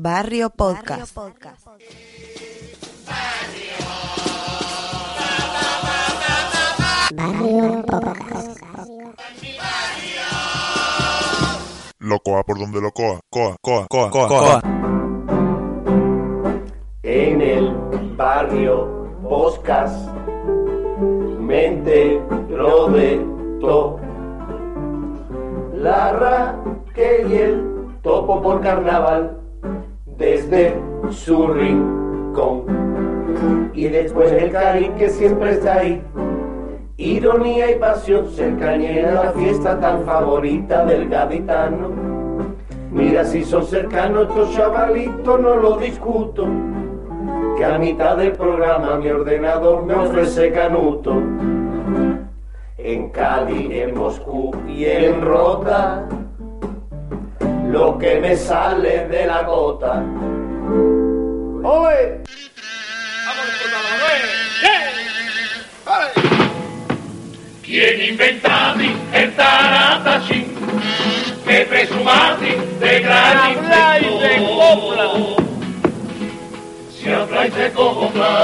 Barrio Podcast. Locoa por donde locoa. Coa, coa, coa, coa, coa. en el barrio Podcast. Mente Roberto. La Raquel y el topo por carnaval desde su rincón. Y después el Karim que siempre está ahí. Ironía y pasión, cercanía a la fiesta tan favorita del gaditano. Mira si son cercanos estos chavalitos, no lo discuto que a mitad del programa mi ordenador me ofrece canuto. En Cali, en Moscú y en Rota, lo que me sale de la gota. ¡Oye! ¿Quién inventati el taratachín? Que presumati de gran inventor. de copla. Si habláis de copla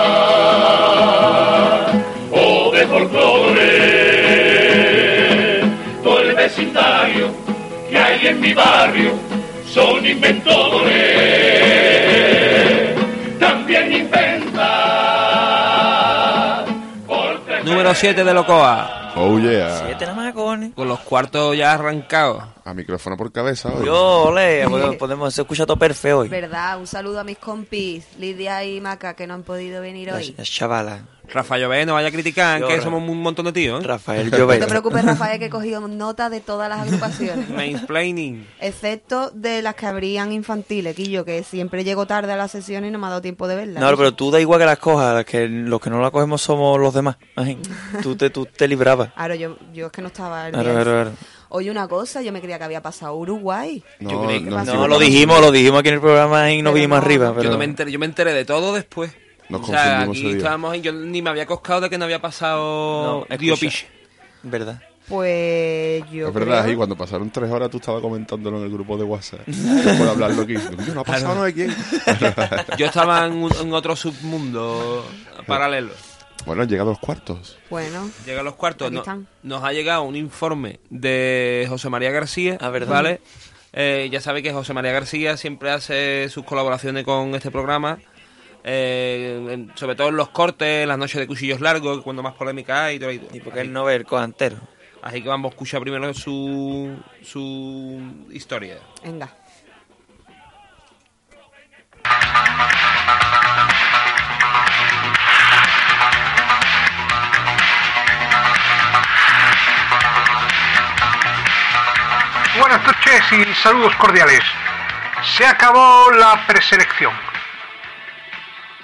o de folclore, todo el vecindario que hay en mi barrio son inventores. También inventan por tres Número 7 de Locoa. Oh yeah. Siete nada más, cojones. Con los cuartos ya arrancados. A micrófono por cabeza hoy. Yo, ole, porque podemos, se escucha todo perfecto hoy. ¿Verdad? Un saludo a mis compis, Lidia y Maca, que no han podido venir hoy. La chavala. Rafa Llové, no vaya a criticar Yo, que Ra- somos un montón de tíos. ¿eh? Rafael No te Llover. preocupes, Rafael, que he cogido nota de todas las agrupaciones. Mansplaining. Excepto de las que habrían infantiles, Quillo, que siempre llego tarde a la sesión y no me ha dado tiempo de verlas. No, pero tú da igual que las cojas, las que los que no las cogemos somos los demás. Ay, tú, te, tú te librabas. Ahora, yo, yo es que no estaba... el Ahora, día ese. ahora, ahora. Oye, una cosa, yo me creía que había pasado Uruguay. No, creí que nos pasó. No, equivocamos. lo dijimos, lo dijimos aquí en el programa y nos Pero vimos no, arriba. Pero... Yo, no me enteré, yo me enteré de todo después. Nos o sea, confundimos ese aquí día. estábamos, yo ni me había coscado de que no había pasado No, Dio escucha. Piche. ¿Verdad? Pues yo Es verdad, creo- y cuando pasaron tres horas tú estabas comentándolo en el grupo de WhatsApp. por hablarlo aquí. Yo, no ha pasado no sé quién. Yo estaba en, un- en otro submundo paralelo. bueno, han llegado los cuartos. Bueno, Llega a los cuartos. Aquí no- están. nos ha llegado un informe de José María García. Ah, ¿verdad? ¿Vale? Eh, ya sabe que José María García siempre hace sus colaboraciones con este programa. eh, en- sobre todo en los cortes, en las noches de cuchillos largos, cuando más polémica hay. y todo y todo. Y porque él no ve el coja entero. Así que vamos a escuchar primero su, su historia. venga. Buenas noches y saludos cordiales. Se acabó la preselección.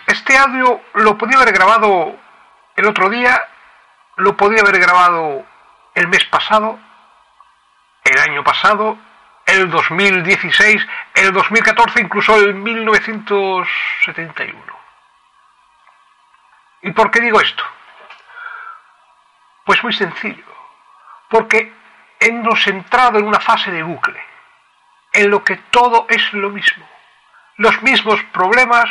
Este audio lo podía haber grabado el otro día, lo podía haber grabado el mes pasado, el año pasado, el 2016, el 2014, incluso el 1971. ¿Y por qué digo esto? Pues muy sencillo porque hemos entrado en una fase de bucle, en lo que todo es lo mismo, los mismos problemas,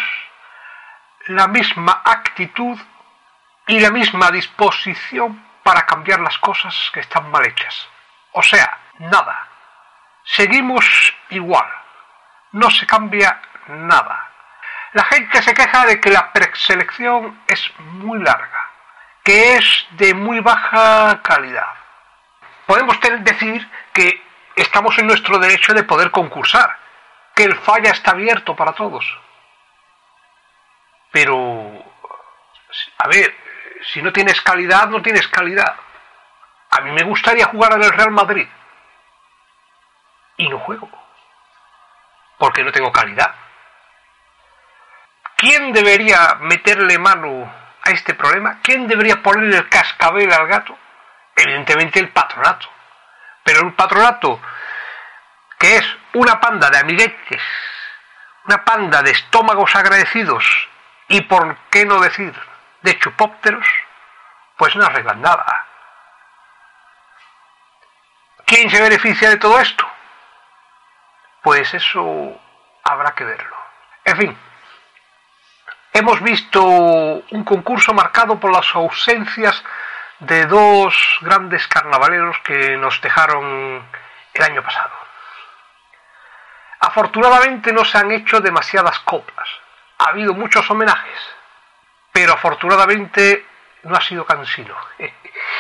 la misma actitud y la misma disposición para cambiar las cosas que están mal hechas. O sea, nada. Seguimos igual. No se cambia nada. La gente se queja de que la preselección es muy larga, que es de muy baja calidad podemos te- decir que estamos en nuestro derecho de poder concursar, que el falla está abierto para todos. Pero, a ver, si no tienes calidad, no tienes calidad. A mí me gustaría jugar en el Real Madrid. Y no juego. Porque no tengo calidad. ¿Quién debería meterle mano a este problema? ¿Quién debería ponerle el cascabel al gato? Evidentemente el patronato. Pero un patronato que es una panda de amiguetes, una panda de estómagos agradecidos y, por qué no decir, de chupópteros, pues no arreglan nada. ¿Quién se beneficia de todo esto? Pues eso habrá que verlo. fin, hemos visto un concurso marcado por las ausencias de dos grandes carnavaleros que nos dejaron el año pasado. Afortunadamente no se han hecho demasiadas coplas, ha habido muchos homenajes, pero afortunadamente no ha sido cansino.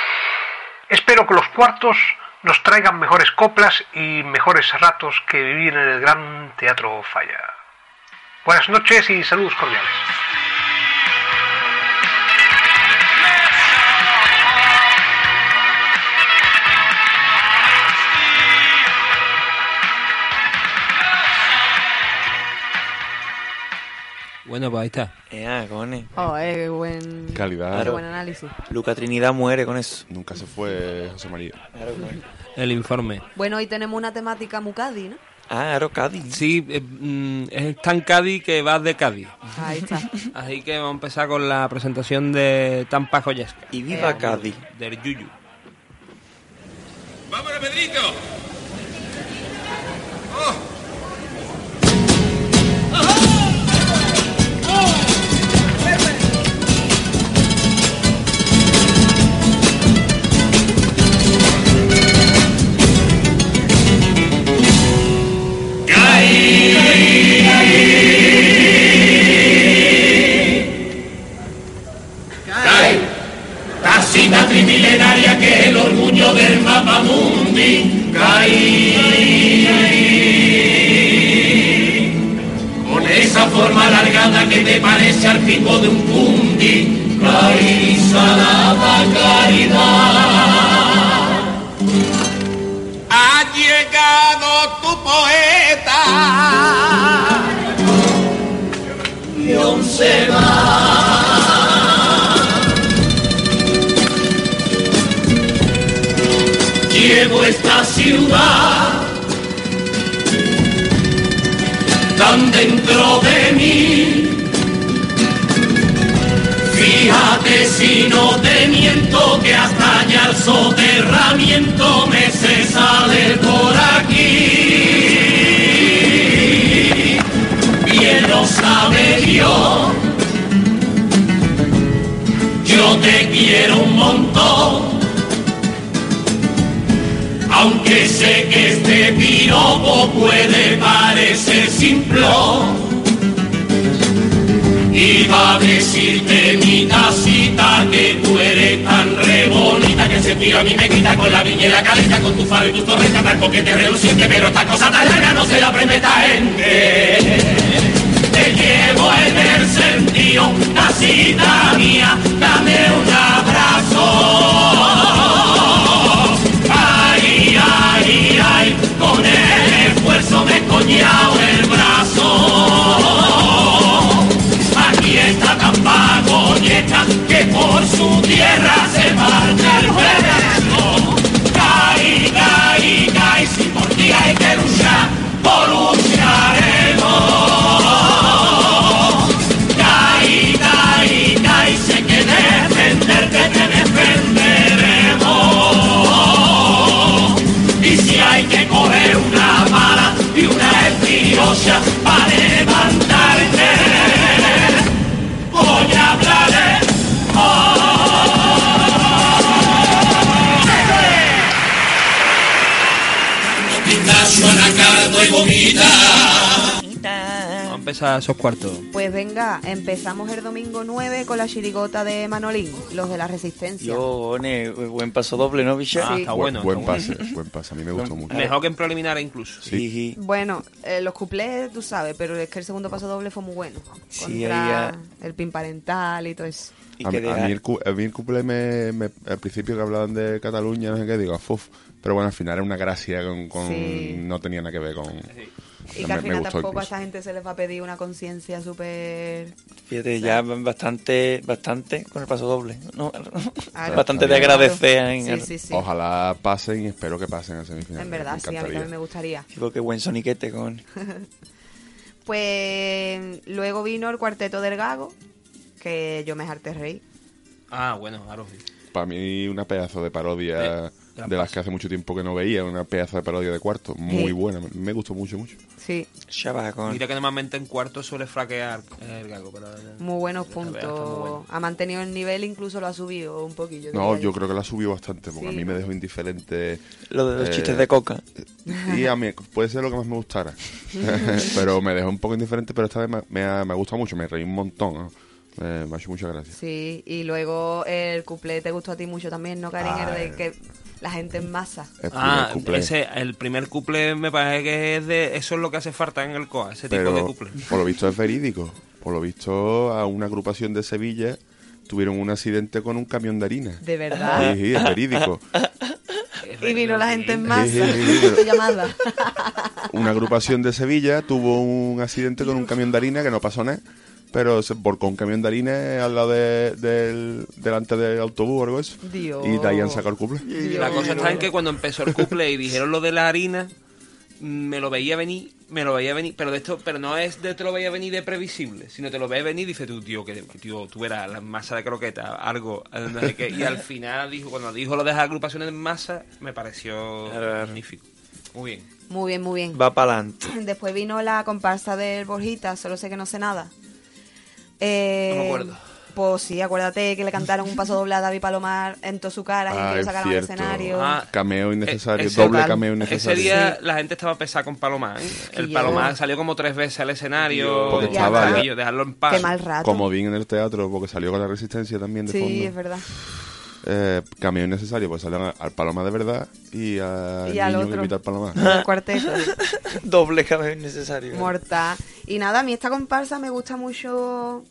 Espero que los cuartos nos traigan mejores coplas y mejores ratos que vivir en el Gran Teatro Falla. Buenas noches y saludos cordiales. Bueno, pues ahí está. Ea, cone. Oh, eh, qué buen, Calidad. qué buen análisis. Luca Trinidad muere con eso. Nunca se fue José María. El informe. Bueno, hoy tenemos una temática mucadi, ¿no? Ah, Aro Cádiz. Sí, eh, mm, es tan Cádiz que va de Cádiz. Ahí está. Así que vamos a empezar con la presentación de Tampa Joyesca, Y viva Cádiz. del Yuyu. ¡Vámonos, Pedrito! cae casita trimilenaria que es el orgullo del mapa mundi cae con esa forma alargada que te parece al pico de un pundi cae salada caridad ha llegado tu poeta y aún se va llevo esta ciudad tan dentro de mí. Fíjate si no te miento que hasta allá el soterramiento me se sale por aquí. Bien lo sabe Dios, yo te quiero un montón aunque sé que este piropo puede parecer simplón. Iba a decirte mi tacita que tú eres tan re bonita que ese piro a mí me quita con la viña y la caleta, con tu faro y tu torreta tan coquete reluciente, pero esta cosa tan larga no se la aprende esta gente. Te llevo en el sentido, tacita mía, dame un abrazo. Ay, ay, ay, con el esfuerzo me he coñado el brazo. Aquí está Tampa Goyeta, que por su tierra se parte el juego. Caí, caí, caí, si por ti hay que luchar, por lucharemos. Caí, caí, caí, sé que defenderte te defenderemos. Y si hay que coger una bala y una espinosa para levantarte, voy a hablar Pintazo, anacardo y gomita. Vamos a empezar esos cuartos. Pues venga, empezamos el domingo 9 con la chirigota de Manolín, los de la Resistencia. Yo, cone, buen paso doble, ¿no, bicha? Ah, está Buen- bueno. Buen está bueno. pase, buen pase. A mí me gustó mucho. Mejor que en preliminar incluso. Ah, Sí, sí. Bueno, eh, los cuplés tú sabes, pero es que el segundo paso doble fue muy bueno. Sí, Contra ahí el pin parental y todo eso. Y A, que mí- a deja- mí el, cu- a mí el cumple me, me- al principio que hablaban de Cataluña, no sé qué, digo, fuf. Pero bueno, al final era una gracia con... con- Sí. No tenía nada que ver con... Y Me- que al me final gustó tampoco a incluso. esta gente se les va a pedir una conciencia súper... Fíjate, ya bastante, bastante con el paso doble. No, Ah, bastante de claro. agradecer. en Sí, el- sí, sí. Ojalá pasen y espero que pasen a semifinal. En verdad, sí, a mí también me gustaría. Sí, porque buen soniquete con... Pues luego vino el cuarteto del Gago, que yo me harté reír. Ah, bueno, claro. sí. Eh, Para mí una pedazo de parodia de las que hace mucho tiempo que no veía, una pedazo de parodia de cuarto, muy buena, me- me gustó mucho, mucho. Sí, Chabacón. Mira que normalmente en cuarto suele fraquear eh, el gago, pero... muy buenos verdad, está muy bueno. puntos. Ha mantenido el nivel, incluso lo ha subido un poquillo. No, diría yo creo que la subió bastante, porque Sí. a mí me dejó indiferente. Lo de los eh, chistes de coca. Y a mí puede ser lo que más me gustara. pero me dejó un poco indiferente, pero esta vez me, me ha, me ha gustado mucho, me reí un montón. ¿no? Eh, me ha hecho muchas gracias. Sí, y luego el cuplé te gustó a ti mucho también, ¿no, Karin? el Ay. de que la gente en masa. El Ah, primer cuplé. ese, el primer couple me parece que es de... Eso es lo que hace falta en el COA, ese Este tipo de pero couple. por lo visto es verídico. Por lo visto a una agrupación de Sevilla tuvieron un accidente con un camión de harina. De verdad. Sí, sí, es verídico. Y vino la gente en masa. Sí, sí, sí, pero- Tu llamada. Una agrupación de Sevilla tuvo un accidente con un camión de harina que no pasó nada, pero se volcó un camión de harina al lado de- del, delante del autobús o algo así. Dios. Y de ahí han sacado el cumple. La cosa está en que cuando empezó el couple y dijeron lo de la harina, me lo veía venir, me lo veía venir, pero de esto, pero no es de te lo veía venir de previsible, sino te lo ves venir y dices tú, tío, que tío, tú eras la masa de croqueta, algo, eh, no sé qué. y al final dijo, cuando dijo lo de las agrupaciones en masa, me pareció magnífico. Muy bien. Muy bien, muy bien. Va para adelante. Después vino la comparsa del Borjita, solo sé que no sé nada. Eh, No me acuerdo. Pues sí, acuérdate que le cantaron un paso doble a David Palomar en toda su cara, gente Ah, que lo es sacaron al cierto. escenario. Ah, Cameo innecesario, Eh, ese- doble total. cameo Ese innecesario. día la gente estaba pesada con Palomar. ¿eh? El Qué Palomar llora. salió como tres veces al escenario. Porque y estaba tal, ya- y yo, dejarlo en paz. Qué mal rato. Como vi en el teatro, porque salió con la resistencia también de sí, fondo. es verdad. Eh, cameo innecesario, pues salió al Paloma de verdad y, al Y al niño que otro. imita al Paloma. El cuarteto. Doble cabello innecesario. Morta. Y nada, a mí esta comparsa me gusta mucho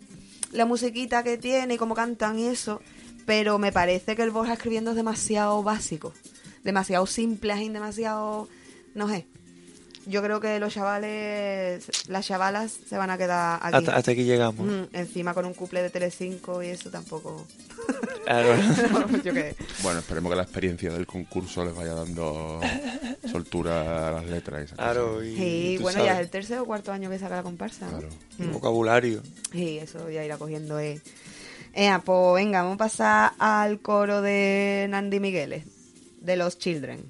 la musiquita que tiene y cómo cantan y eso, pero me parece que el Borja escribiendo es demasiado básico, demasiado simple, ajín, demasiado, no sé. Yo creo que los chavales, las chavalas se van a quedar aquí. Hasta, hasta aquí llegamos. Mm, encima con un couple de Telecinco y eso tampoco. Claro. Yo qué- Bueno, esperemos que la experiencia del concurso les vaya dando soltura a las letras. y esas cosas. Claro, y Sí, tú bueno, ya mm. es sabes, el tercer o cuarto año que saca la comparsa. ¿no? Claro. el vocabulario. Y eso ya irá cogiendo. Eh. Ea, pues venga, vamos a pasar al coro de Nandi Migueles, de los Children.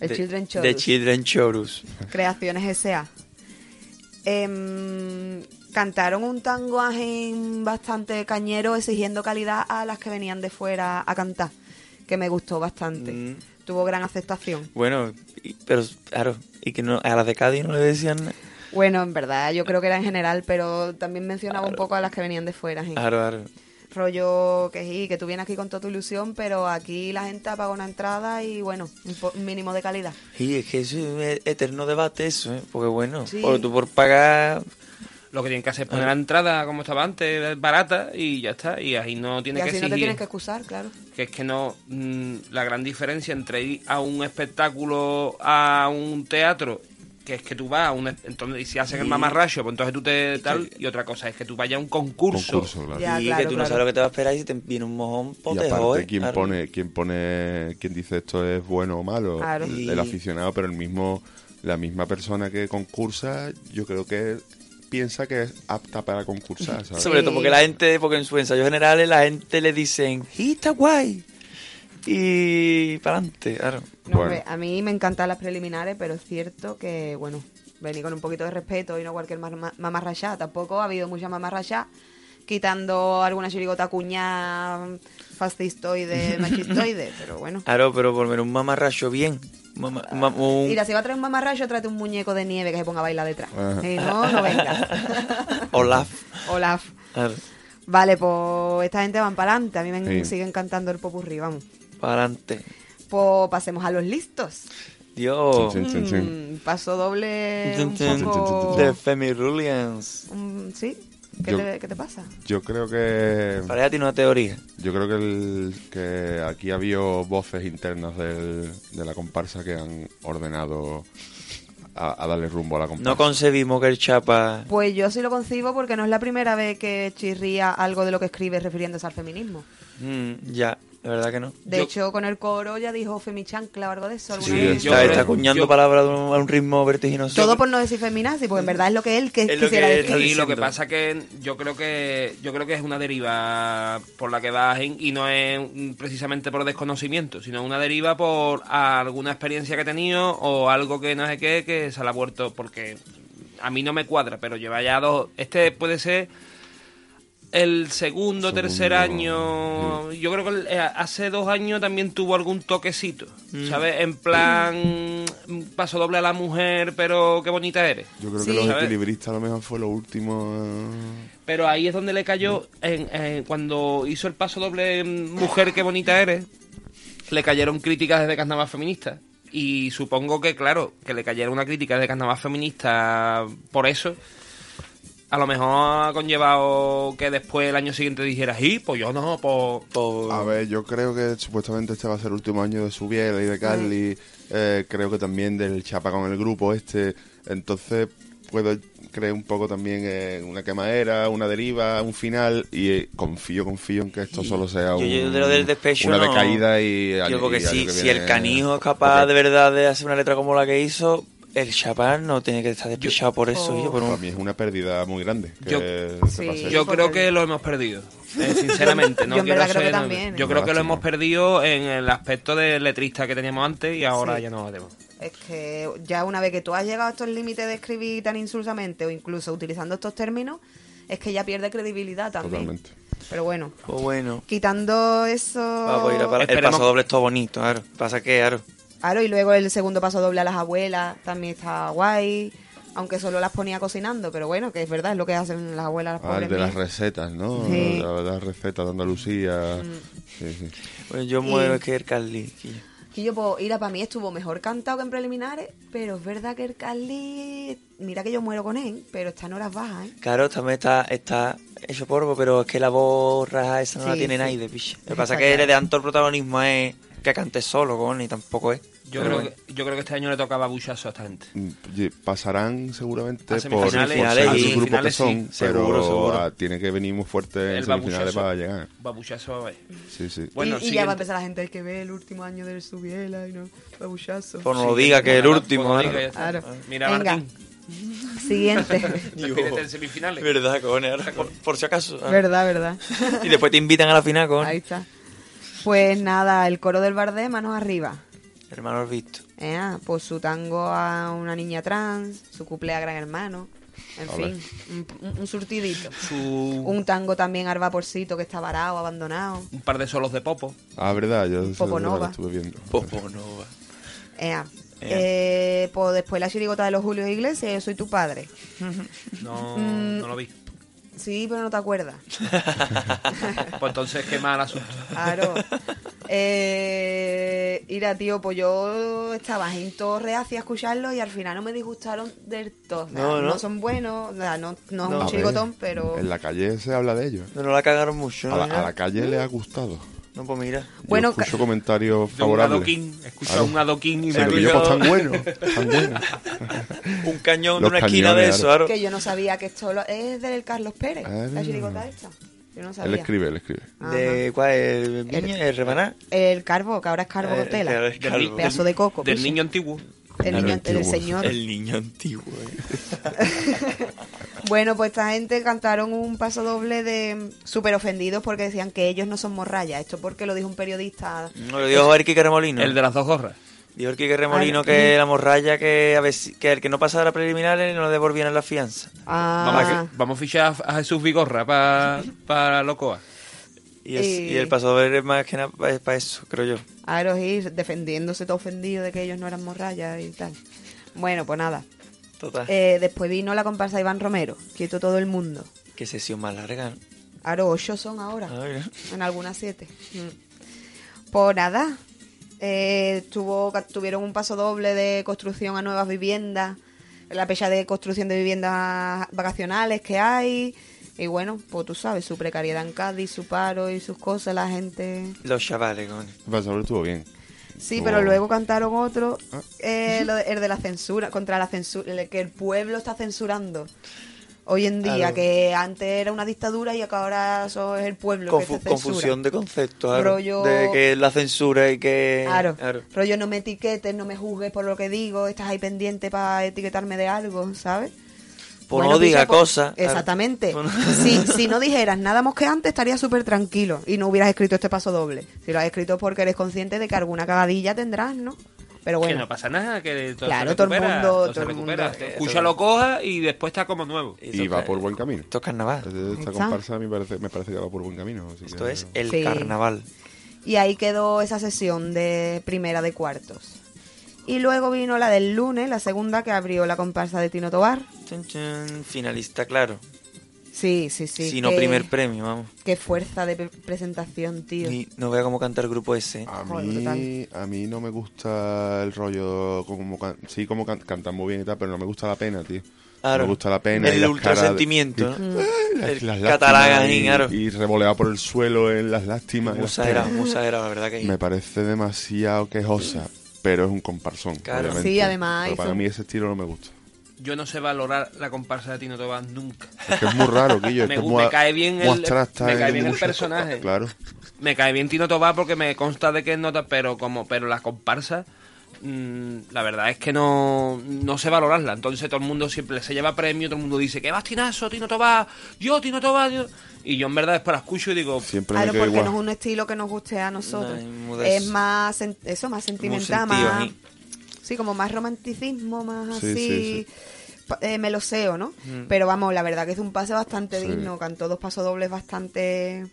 El de, Children Chorus. De Children Chorus. Creaciones S.A. Em, cantaron un tango ajín bastante cañero, exigiendo calidad a las que venían de fuera a cantar, que me gustó bastante. Mm. Tuvo gran aceptación. Bueno, y- pero claro, y que no, a las de Cádiz no le decían. nada. Bueno, en verdad, yo creo que era en general, pero también mencionaba un poco a las que venían de fuera. ajín. Claro, claro. rollo que sí, que tú vienes aquí con toda tu ilusión, pero aquí la gente paga una entrada y bueno, un, po- un mínimo de calidad. Y es que eso es un e- eterno debate, eso, ¿eh? Porque bueno, Sí. por, tú por pagar. Lo que tienen que hacer es poner la entrada como estaba antes, barata, y ya está. Y ahí no Y tienes que así no exigir. te tienes que excusar, claro. que es que no mm, la gran diferencia entre ir a un espectáculo a un teatro que es que tú vas a un es- entonces y si hacen el mamarracho pues entonces tú te tal y otra cosa es que tú vayas a un concurso, Concurso, claro. Ya, y claro, que tú no claro. sabes lo que te va a esperar y si te viene un mojón, Y pote aparte, joder. ¿quién ¿eh? Claro. pone, quién pone, quién dice esto es bueno o malo? Claro. El, Y- el aficionado, pero el mismo, la misma persona que concursa, yo creo que piensa que es apta para concursar, ¿sabes? Sobre Sí. todo porque la gente, porque en sus ensayos generales la gente le dicen, y está guay. Y para adelante, claro. No, Bueno. hombre, a mí me encantan las preliminares, pero es cierto que, bueno, venir con un poquito de respeto y no cualquier ma- mamarrachá. Tampoco ha habido mucha mamarrachá, quitando alguna chirigota cuñada fascistoide, machistoide, pero bueno. Claro, pero por lo menos un mamarracho bien. Un mama- un mam- un- Mira, si va a traer un mamarracho, tráete un muñeco de nieve que se ponga a bailar detrás. Ajá. Eh, no, no venga. Olaf. Olaf. Claro, Vale, pues esta gente van para adelante. A mí me Sí. sigue encantando el popurrí, vamos. para adelante. Pues pasemos a los listos. Dios. Chin, chin, chin. Mm, paso doble Tun, un tun, poco... De Femi Rulians. Mm, ¿Sí? ¿Qué, Yo- te, qué te pasa? Yo creo que Para ella tiene una teoría. yo creo que, el, que aquí ha habido voces internas del- de la comparsa que han ordenado a, a darle rumbo a la comparsa. No concebimos que el Chapa. Pues yo sí lo concibo porque no es la primera vez que chirría algo de lo que escribe refiriéndose al feminismo. Mm, ya. de verdad que no. De Yo- hecho, con el coro ya dijo Femi Chancla o algo de eso. alguna Sí, vez. yo está, creo- está acuñando yo- palabras a un, a un ritmo vertiginoso. Todo por no decir feminazi, porque en verdad es lo que él que Es lo quisiera que Sí, decir. está lo diciendo. que pasa que yo creo que yo creo que es una deriva por la que bajen y no es mm, precisamente por desconocimiento, sino una deriva por alguna experiencia que he tenido o algo que no sé qué que se la ha vuelto porque a mí no me cuadra, pero lleva ya dos. Este puede ser el segundo, tercer año. Yo creo que el- eh, hace dos años también tuvo algún toquecito, Mm. ¿sabes? En plan mm, paso doble a la mujer, pero qué bonita eres. Yo creo Sí. que los ¿Sabes? equilibristas a lo mejor fue lo último. eh. Pero ahí es donde le cayó, en- en- cuando hizo el paso doble en Mujer, qué bonita eres, le cayeron críticas desde Carnaval Feminista. Y supongo que, claro, que le cayera una crítica desde Carnaval Feminista por eso, a lo mejor ha conllevado que después el año siguiente dijera, y pues yo no, pues... Por- A ver, yo creo que supuestamente este va a ser el último año de su biela y de Carly. eh, creo que también del Chapa con el grupo este. Entonces, puedo creer un poco también en una quemadera, una deriva, un final. Y eh, confío, confío en que esto solo sea Yo- un, yo de lo del despecho una no. decaída. Y, Tío, año- porque y año si, que si viene- el canijo es capaz porque de verdad de hacer una letra como la que hizo, el chapán no tiene que estar despechado por eso, Oh. yo por Para un... mí es una pérdida muy grande. Que Yo- se Sí. pase. Yo Por creo el- que lo hemos perdido, eh, sinceramente. No Yo en quiero verdad creo que ser- también, Yo ¿eh? creo que lo Lástima. hemos perdido en el aspecto de letrista que teníamos antes y ahora Sí. ya no lo tenemos. Es que ya una vez que tú has llegado a estos límites de escribir tan insulsamente o incluso utilizando estos términos, es que ya pierde credibilidad también. Totalmente. Pero bueno, Pues bueno, quitando eso... va, pues ir a parar. el Esperemos- paso doble es todo bonito, claro. Pasa que, claro, Claro, y luego el segundo paso doble a las abuelas también está guay, aunque solo las ponía cocinando, pero bueno, que es verdad, es lo que hacen las abuelas, las Ah, el pobres de las mías. recetas, ¿no? Sí. Mm. La- Las recetas de Andalucía. Sí, sí. pues yo Y- muero que el Carly. que- Que yo puedo ir a para mí estuvo mejor cantado que en preliminares, pero es verdad que el Carly, mira que yo muero con él, pero está en horas bajas, ¿eh? Claro, también está, está hecho polvo, pero es que la voz raja esa no la Sí, tiene sí. nadie, piche. Lo que Es pasa es fatal. que le dan todo el protagonismo es que cante solo, con y tampoco es. Yo Pero creo, bueno. que, yo creo que este año le tocaba buchazo a esta gente. Mm, y pasarán seguramente A por, por semifinales, ser el a grupo que semifinales, son, sí, pero seguro, seguro. ah, tiene que venir muy fuerte en El semifinales babuchazo. para llegar. Babuchazo, eh. Sí, sí. y, y ya va Bueno, siguiente. a empezar la gente, hay que ver el último año del Subiela y no, babuchazo. Pues no lo diga, que es el Bueno, último, bueno, claro. diga, ya está. Claro. Ah, Mira, Venga. Martín, Siguiente. despídete en semifinales. Verdad, con ahora, por, por si acaso. verdad, verdad. Y después te invitan a la final, Ah. con Ahí está. Pues nada, el coro del Bardé, manos arriba. Hermano visto. Eh, ah, pues su tango a una niña trans, su cuplé a gran hermano. En Ole. fin, un, un- un surtidito. Su- Un tango también al vaporcito que está varado, abandonado. un par de solos de popo. Ah, verdad, yo eso es verdad que Poponova. estuve viendo. Poponova. Eh, ah. Eh, pues después la chirigota de los Julios Iglesias, yo soy tu padre. No, Mm. no lo vi. Sí, pero no te acuerdas. Pues entonces qué mal asunto. Claro. Eh, mira, tío, pues yo estaba en todo reacia a escucharlo y al final no me disgustaron del todo. O sea, No, no, no. son buenos, o sea, no, no es No. A un ver, chirigotón, pero... En la calle se habla de ellos. No, no la cagaron mucho, ¿no? A la, a Mira. la calle le ha gustado. No, pues mira. Bueno, Bueno, yo escucho ca- comentarios De un favorables. adoquín. Escucha un adoquín y Sí, me pero río. yo, pues, tan Yo- bueno, tan bueno. Un cañón Los de una esquina de cañones, eso, claro. claro. Que yo no sabía que esto lo- es del Carlos Pérez, Ah. la chirigota esta. Yo no Él sabía. escribe, él escribe. De, ¿Cuál es? ¿El viña? ¿El rebaná? El Carbo, que ahora es Carbo Eh, Costela. claro, es Del calvo. ni- Pedazo de coco. Del picha. niño antiguo. El niño, Antiguo. el señor. El niño antiguo, eh. Bueno, pues esta gente cantaron un paso doble de súper ofendidos porque decían que ellos no son morrayas. Esto porque lo dijo un periodista. No, lo dijo el Quique Remolino. El de las dos gorras. Dijo el Quique Remolino Ay, que la morralla, que, a ver, si- que el que no pasara a preliminares no le devolvían la fianza. Vamos, Ah, a, vamos a fichar a Jesús Vigorra para pa Locoa. Y, es- Eh. y el pasador es más que nada para eso, creo yo. Aros ir defendiéndose todo ofendido de que ellos no eran morrayas y tal. Bueno, pues nada. Total. Eh, después vino la comparsa de Iván Romero. Quieto todo el mundo. Qué sesión más larga, ¿no? Aro, ocho son ahora. Ah, mira. En algunas siete. Mm. Pues nada. eh, tuvo, tuvieron un paso doble de construcción a nuevas viviendas. La pecha de construcción de viviendas vacacionales que hay. Y bueno, pues tú sabes, su precariedad en Cádiz, su paro y sus cosas, la gente. Los chavales, con El pasador estuvo bien. Sí, Oh. pero luego cantaron otro, Ah. eh, lo de- el de la censura, contra la censura, el que el pueblo está censurando. hoy en día, Claro. que antes era una dictadura y que ahora eso es el pueblo que Confu- te censura. confusión de conceptos, claro, Rollo- de que es la censura y que... Claro. claro. rollo no me etiquetes, no me juzgues por lo que digo, estás ahí pendiente para etiquetarme de algo, ¿sabes? Pues Bueno, no diga picha, pues, cosas. claro. Exactamente. Bueno. Si, si no dijeras nada mosqueante, estarías súper tranquilo y no hubieras escrito este paso doble. Si lo has escrito porque eres consciente de que alguna cagadilla tendrás, ¿no? Pero Que no bueno, pasa nada, que todo Claro, se todo el recupera, mundo- todo, todo se el recupera. eh, mundo- eh, Escúchalo, coja y después está como nuevo. Y va por buen camino. Esto es carnaval. Esta Ahí está. comparsa me parece, me parece que va por buen camino. así Esto que- es el Sí. carnaval. y ahí quedó esa sesión de primera de cuartos. Y luego vino la del lunes, la segunda que abrió la comparsa de Tino Tobar. Chun, chun, Finalista, claro. Sí, sí, sí. si no, qué- primer premio, vamos. Qué fuerza de pre- presentación, tío. Y no vea cómo canta el grupo ese. ¿eh? Este A Joder, mí, brutal. a mí no me gusta el rollo como can- sí como can- cantan muy bien y tal, pero no me gusta la pena, tío. Claro. Me gusta la pena y El las ultra caras de- sentimiento, y- ¿no? ¡Ay! las- El las catalán lástimas ahí, y- claro. y revoleado por el suelo en las lástimas. y Muy las exagerado, penas. muy exagerado, la verdad que Me parece demasiado quejosa, pero es un comparsón. Claro. obviamente. Sí, además Pero para hizo- mí ese estilo no me gusta. Yo no sé valorar la comparsa de Tino Tobar nunca. Es que es muy raro, Guillo. Me esto es gu- muy, me a- cae bien muy el- abstracta me cae en bien el muchas personaje. cosas, Claro. Me cae bien Tino Tobar porque me consta de que es nota, pero como pero las comparsas, mm, la verdad es que no, no sé valorarla. Entonces todo el mundo siempre se lleva premio, todo el mundo dice, ¡qué bastinazo, Tino Tobar! ¡Yo, Tino Tobar! yo". Y yo en verdad después la escucho y digo, Siempre me Claro, queda porque no igual. es un estilo que nos guste a nosotros. No, es muy de es eso. más, sen- eso, más sentimental, sentido, más... sí. Sí, como más romanticismo, más Sí, así... sí, pa- eh, meloseo, ¿no? Mm. Pero vamos, la verdad que es un pase bastante Sí. digno. Cantó dos pasodobles bastante...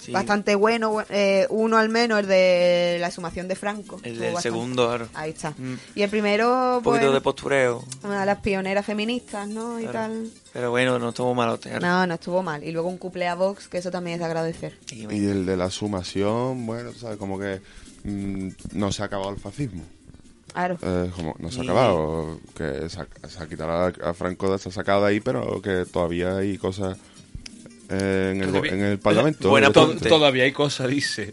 Sí. Bastante bueno, bu- eh, uno al menos, el de la sumación de Franco. El Estuvo del bastante- segundo, claro. Ahí está. Mm. Y el primero, Un pues, poquito de postureo. una de las pioneras feministas, ¿no? Y claro. tal. Pero bueno, no estuvo malote. claro. No, no estuvo mal. Y luego un couple a Vox, que eso también es de agradecer. Y Y el de la sumación, bueno, tú ¿sabes? Como que mm, no se ha acabado el fascismo. Claro. Eh, como no se ha Y- acabado. Que se ha, se ha quitado a, a Franco de esa sacada ahí, pero que todavía hay cosas eh, en, el, go- en el Parlamento. Buena "To- directamente. apunte. todavía hay cosas, dice.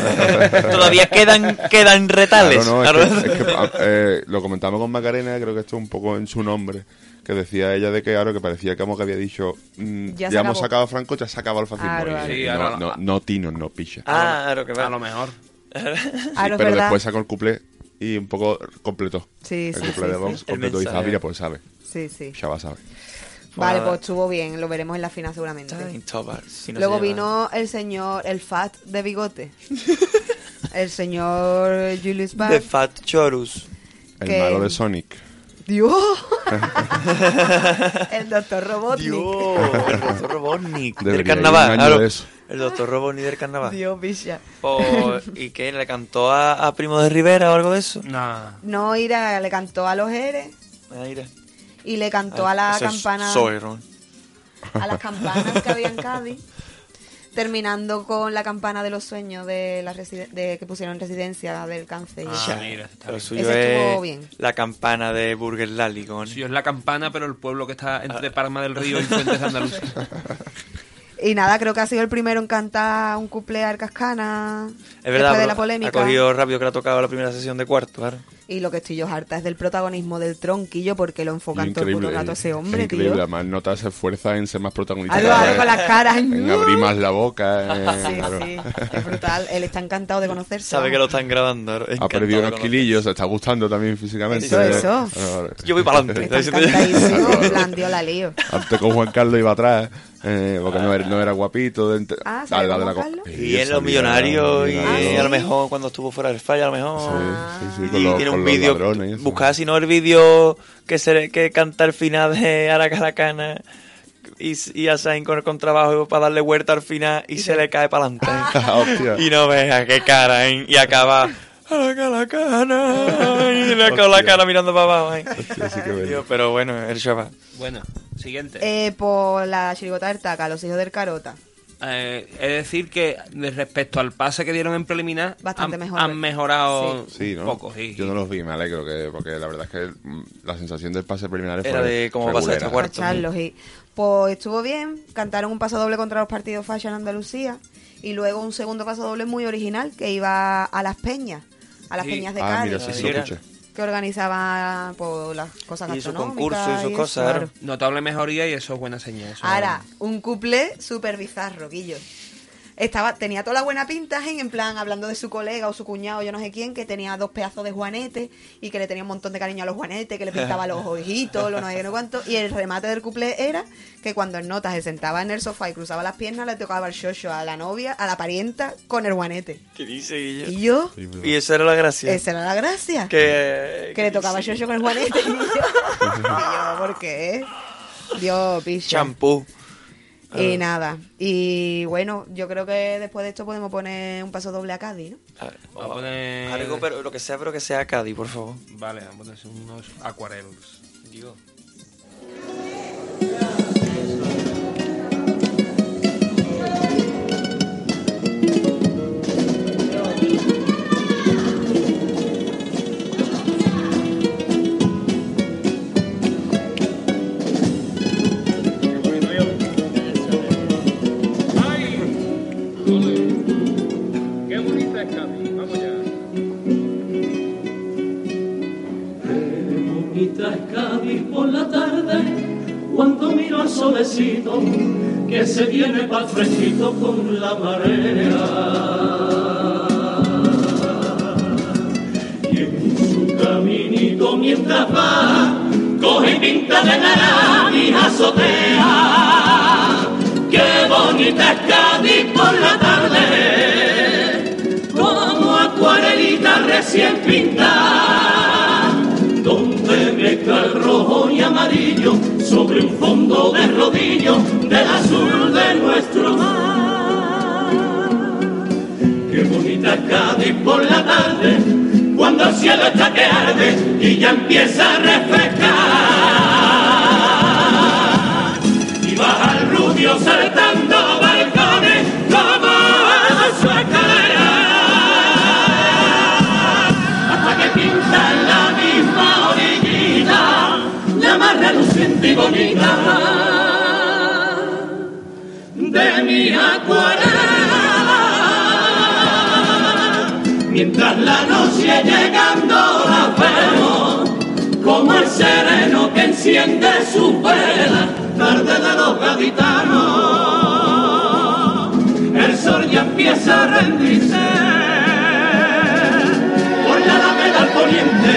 Todavía quedan, quedan retales. Claro, no, claro. es que- es que, a- eh, lo comentamos con Macarena, creo que esto es un poco en su nombre, que decía ella de que ahora que parecía como que había dicho, mm, Ya ya, se acabó. hemos sacado a Franco, ya se ha acabado el fascismo. Claro, Y- claro. y Sí, no, ahora- no, no tino, no picha. Ah, claro que A lo va. mejor. Claro, Ah, es pero verdad. después sacó el cuplé y un poco completó. Sí, el sí, cuplé sí, de sí. Vox El completó y dice, ah, mensaje. mira, pues sabe, Sí, sí. ya va, sabe. Vale, Nada. pues estuvo bien, lo veremos en la final seguramente. Time Tobar, si no Luego se llama. vino el señor, el fat de bigote. el señor Julius The Bart. Fat Chorus. El Que- malo de Sonic. ¡Dios! el doctor Robotnik. Dios, el doctor Robotnik del Debería ir un carnaval. año claro. de eso. El doctor Robotnik del carnaval. Dios, bicha. O- ¿Y qué? ¿Le cantó a, a Primo de Rivera o algo de eso? Nah. No, Ira le cantó a los Eres Ah, mira. y le cantó a la Eso es campana. Soy Ron. a las campanas que había en Cádiz, terminando con la campana de los sueños de la residen- de que pusieron en residencia del cáncer. y Ah, eso. mira, está Lo bien. suyo Ese es estuvo bien. la campana de Burger Lally con... Sí, es la campana, pero el pueblo que está entre Parma del Río y Fuentes de Andalucía. Y nada, creo que ha sido el primero en cantar un cuplé a Arcascana Es verdad, después de pero la ha polémica. cogido rápido que le ha tocado la primera sesión de cuarto. claro. Y lo que estoy yo harta es del protagonismo del tronquillo porque lo enfocan todo el puto rato a ese hombre, eh, increíble. tío. Además, nota se esfuerza en ser más protagonista. Algo, algo con las caras. En abrir más la boca. eh, Sí, claro. sí, es brutal. Él está encantado de conocerse. Sabe que lo vamos. están grabando. claro. Ha Encantado perdido de unos conocer. kilillos, se está gustando también físicamente. Eso, Eh, eso. vale, vale. Yo voy para adelante. Está encantadísimo, en plan, tío, la lío. Antes con Juan Carlos iba atrás, eh, porque no era, no era guapito. de ente- Ah, al ¿salió con lado de la Juan co- Carlos? Y Sí, en Los salía, Millonarios, y millonario. Ah, a lo sí. mejor cuando estuvo fuera del fallo, a lo mejor. Sí, sí, sí, y con los- tiene con un los vídeo. ladrones y eso. Buscaba si no el vídeo que se que canta al final de Aracaracana y, y a Sain con el contrabajo para darle vuelta al final y se le cae para adelante. Ah, Hostia. y no veas qué cara, ¿eh? Y acaba Aracaracana y le con la Hostia. cara mirando para abajo. ¿eh? Hostia, sí que es Digo, verdad. pero bueno, el chaval. Bueno, siguiente. Eh, por la chirigota del taca, los hijos del carota. Eh, es decir, que de respecto al pase que dieron en preliminar, Bastante han, mejor. han mejorado Sí, un ¿no? poco. sí. Yo no los vi, me alegro, que, porque la verdad es que mm, la sensación del pase preliminar Era fue de cómo pasa regulera. esta cuarta. Cuarto. a echarlos y pues estuvo bien, cantaron un paso doble contra los partidos Fasha en Andalucía y luego un segundo paso doble muy original que iba a las peñas, a las Sí. peñas de Ah, mira, Cádiz. sí, Cádiz. sí, lo escuché. que organizaba pues, las cosas Y sus gastronómicas concursos y sus eso, cosas, claro. claro. Notable mejoría y eso es buena señal. eso Ahora, es- un couple súper bizarro, Guillo. Estaba, tenía toda la buena pinta, gen, en plan, hablando de su colega o su cuñado, yo no sé quién, que tenía dos pedazos de juanetes y que le tenía un montón de cariño a los juanetes, que le pintaba los ojitos, lo no sé qué, no cuánto. Y el remate del couple era que cuando en notas se sentaba en el sofá y cruzaba las piernas, le tocaba el xoxo a la novia, a la parienta, con el juanete. ¿Qué dice Guillo? Y yo, Sí, pero- Y eso era la gracia. esa era la gracia. Que, Que le tocaba el xoxo con el juanete. Y yo, y yo, ¿por qué? Dios, picha. Champú. Ah. Y Eh, nada. Y bueno, yo creo que después de esto podemos poner un paso doble a Cádiz, ¿no? A ver, Vamos a poner- Algo, pero lo que sea, pero que sea Cádiz, por favor. Vale, vamos a poner unos acuarelos. Dios. Qué bonita es Cádiz por la tarde, cuando miro al solecito que se viene pa'l fresquito con la marea. Y en su caminito mientras va, coge pinta de naranja azotea. Qué bonita es Cádiz por la tarde, como acuarelita recién pintada, donde mezcla el rojo y amarillo sobre un fondo de rodillo del azul de nuestro mar. Qué bonita es Cádiz por la tarde, cuando el cielo está que arde y ya empieza a refrescar. Y baja el rubio saltando balcones como en su escalera. Hasta que pinta en la misma orillita, la más reluciente y bonita de mi acuarela. Mientras la noche llegando la vemos, como el sereno que enciende su vela, tarde de los gaditanos, el sol ya empieza a rendirse. Por la alameda al poniente,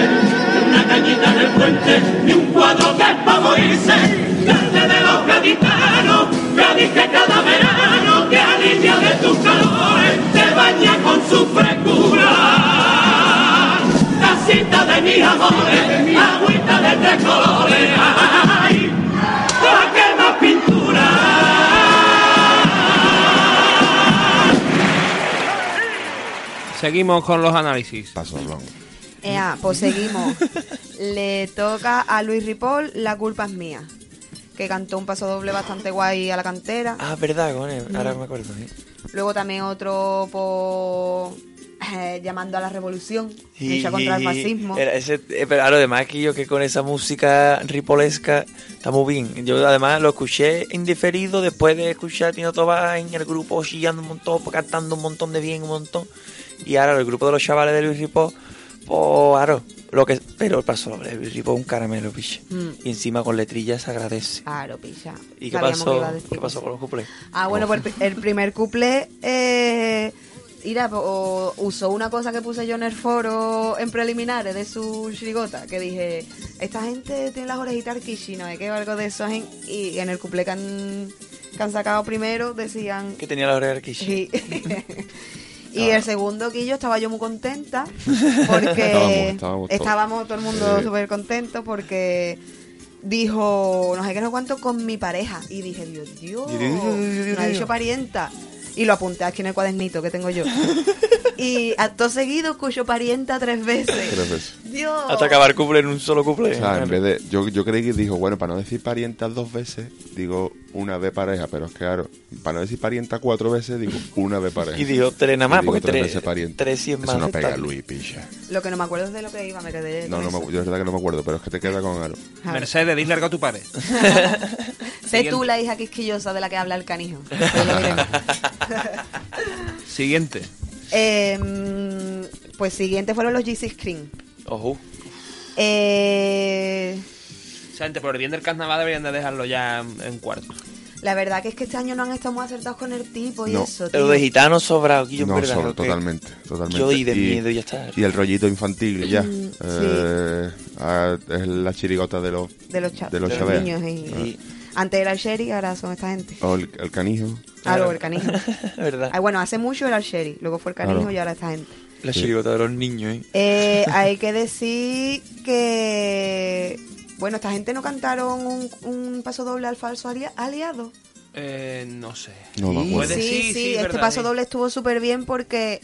una cañita en el puente y un cuadro que es para morirse. Tarde de los gaditanos, Cádiz que cada verano te alicia de tus calores, te baña con su frescura. Tacita de mis amores, agüita de tres colores, ay, ¿pa' qué más pintura? Seguimos con los análisis. Paso, hablón. Ea, pues seguimos. Le toca a Luis Ripoll, La culpa es mía. Que cantó un paso doble bastante guay a la cantera. Ah, verdad, cojones. Ahora me acuerdo. ¿eh? Luego también otro por eh, llamando a la revolución, lucha contra el Y- fascismo. era ese- eh, pero ahora, además que yo que con esa música ripolesca está muy bien. Yo además lo escuché indiferido después de escuchar a Tino Tobá en el grupo chillando un montón, cantando un montón de bien, un montón. Y ahora el grupo de los chavales de Luis Ripó, pues claro, lo que pero pasó doble, Luis Ripó es un caramelo, piche. Mm. Y encima con letrillas se agradece. Claro, pilla. ¿Y qué Sabíamos que pasó? iba a decir ¿Qué pasó eso. con los cuplés? Ah, bueno, pues el primer couple eh, mira, o- usó una cosa que puse yo en el foro en preliminares de su chirigota, que dije, esta gente tiene las orejitas arquichi, no es que algo de eso, gen". y en el couple que han, que han sacado primero decían... Que tenía la oreja arquiche. Sí. Y Ah. el segundo que yo estaba yo muy contenta porque Estábamos, estábamos todos. estábamos todo el mundo Sí. súper contento porque dijo, no sé qué, no sé cuánto con mi pareja. Y dije, Dios, Dios, Dios, Dios, Dios, Dios, me ha Dios. dicho parienta. Y lo apunté aquí en el cuadernito que tengo yo. Y acto seguido escucho parienta tres veces. Tres veces. Dios. Hasta acabar el cuplé en un solo cuplé. O sea, en vez de. Yo, yo creí que dijo, bueno, para no decir parientas dos veces, digo una de pareja, pero es que claro, para no decir parienta cuatro veces, digo una de pareja. Y dijo tres nada más, Y digo porque tres tres- veces parienta. tres sí es más Eso no pega, aceptable. Luis, picha. Lo que no me acuerdo es de lo que iba, me quedé. No, con no me, eso. acu- yo es verdad que no me acuerdo, pero es que te queda con Aro. A ver. Mercedes, dis larga a tu pared. Sé Siguiente. tú la hija quisquillosa de la que habla el canijo. Pero lo diremos. Siguiente. Em, Eh, pues siguiente fueron los GC Screen. Ojo. Eh, O sea, gente, por el bien del carnaval deberían de dejarlo ya en, en cuarto. la verdad que es que este año no han estado muy acertados con el tipo y No. eso. tío. Lo de gitano sobrado, Guillo, no, en verdad, sobre- lo que- totalmente, totalmente. Yo di de miedo y ya está. Y el rollito infantil, ya. Mm, sí. Eh, ah, es la chirigota de los, de los, cha- de los Ah. de los Chavea. niños. Y, Sí. Antes era el Sherry, ahora son esta gente. O el, el canijo. Ah, luego el canijo. ¿Verdad? Ah, bueno, hace mucho era el Sherry, luego fue el canijo Claro. y ahora esta gente. La chirigota de los niños, ¿eh? Eh, hay que decir que. Bueno, esta gente no cantaron un, un paso doble al falso ali- aliado. Eh, no sé. No me acuerdo. Puede- Sí, sí, sí, sí, este verdad, paso sí. doble estuvo súper bien porque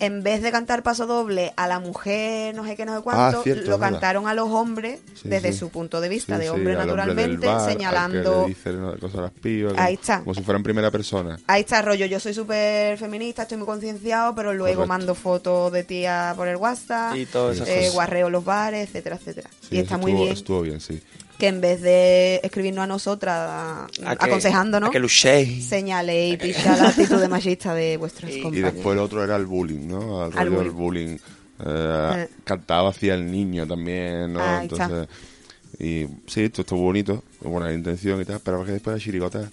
en vez de cantar paso doble a la mujer, no sé qué, no sé cuánto, Ah, cierto, lo es verdad. cantaron a los hombres Sí, desde sí. su punto de vista, Sí, de sí, hombre al hombre del naturalmente, bar, al que señalando. le dicen una cosa a las pibas. Ahí como- está. Como si fuera en primera persona. Ahí está rollo, yo soy súper feminista, estoy muy concienciado, pero luego Correcto. mando fotos de tía por el WhatsApp, Y todas esas eh, cosas. guarreo los bares, etcétera, etcétera. Sí, y está eso muy estuvo, bien Estuvo bien, sí. que en vez de escribirnos a nosotras a- que- aconsejándonos, a que luchéis. señale y picha la actitud de machista de vuestros Y compañeros. después el otro era el bullying, ¿no? Al Al rollo del bullying. Eh, Eh. Cantaba hacia el niño también, ¿no? Ahí está. Entonces. Y sí, esto estuvo bonito, con buena intención y tal, pero es que después la chirigota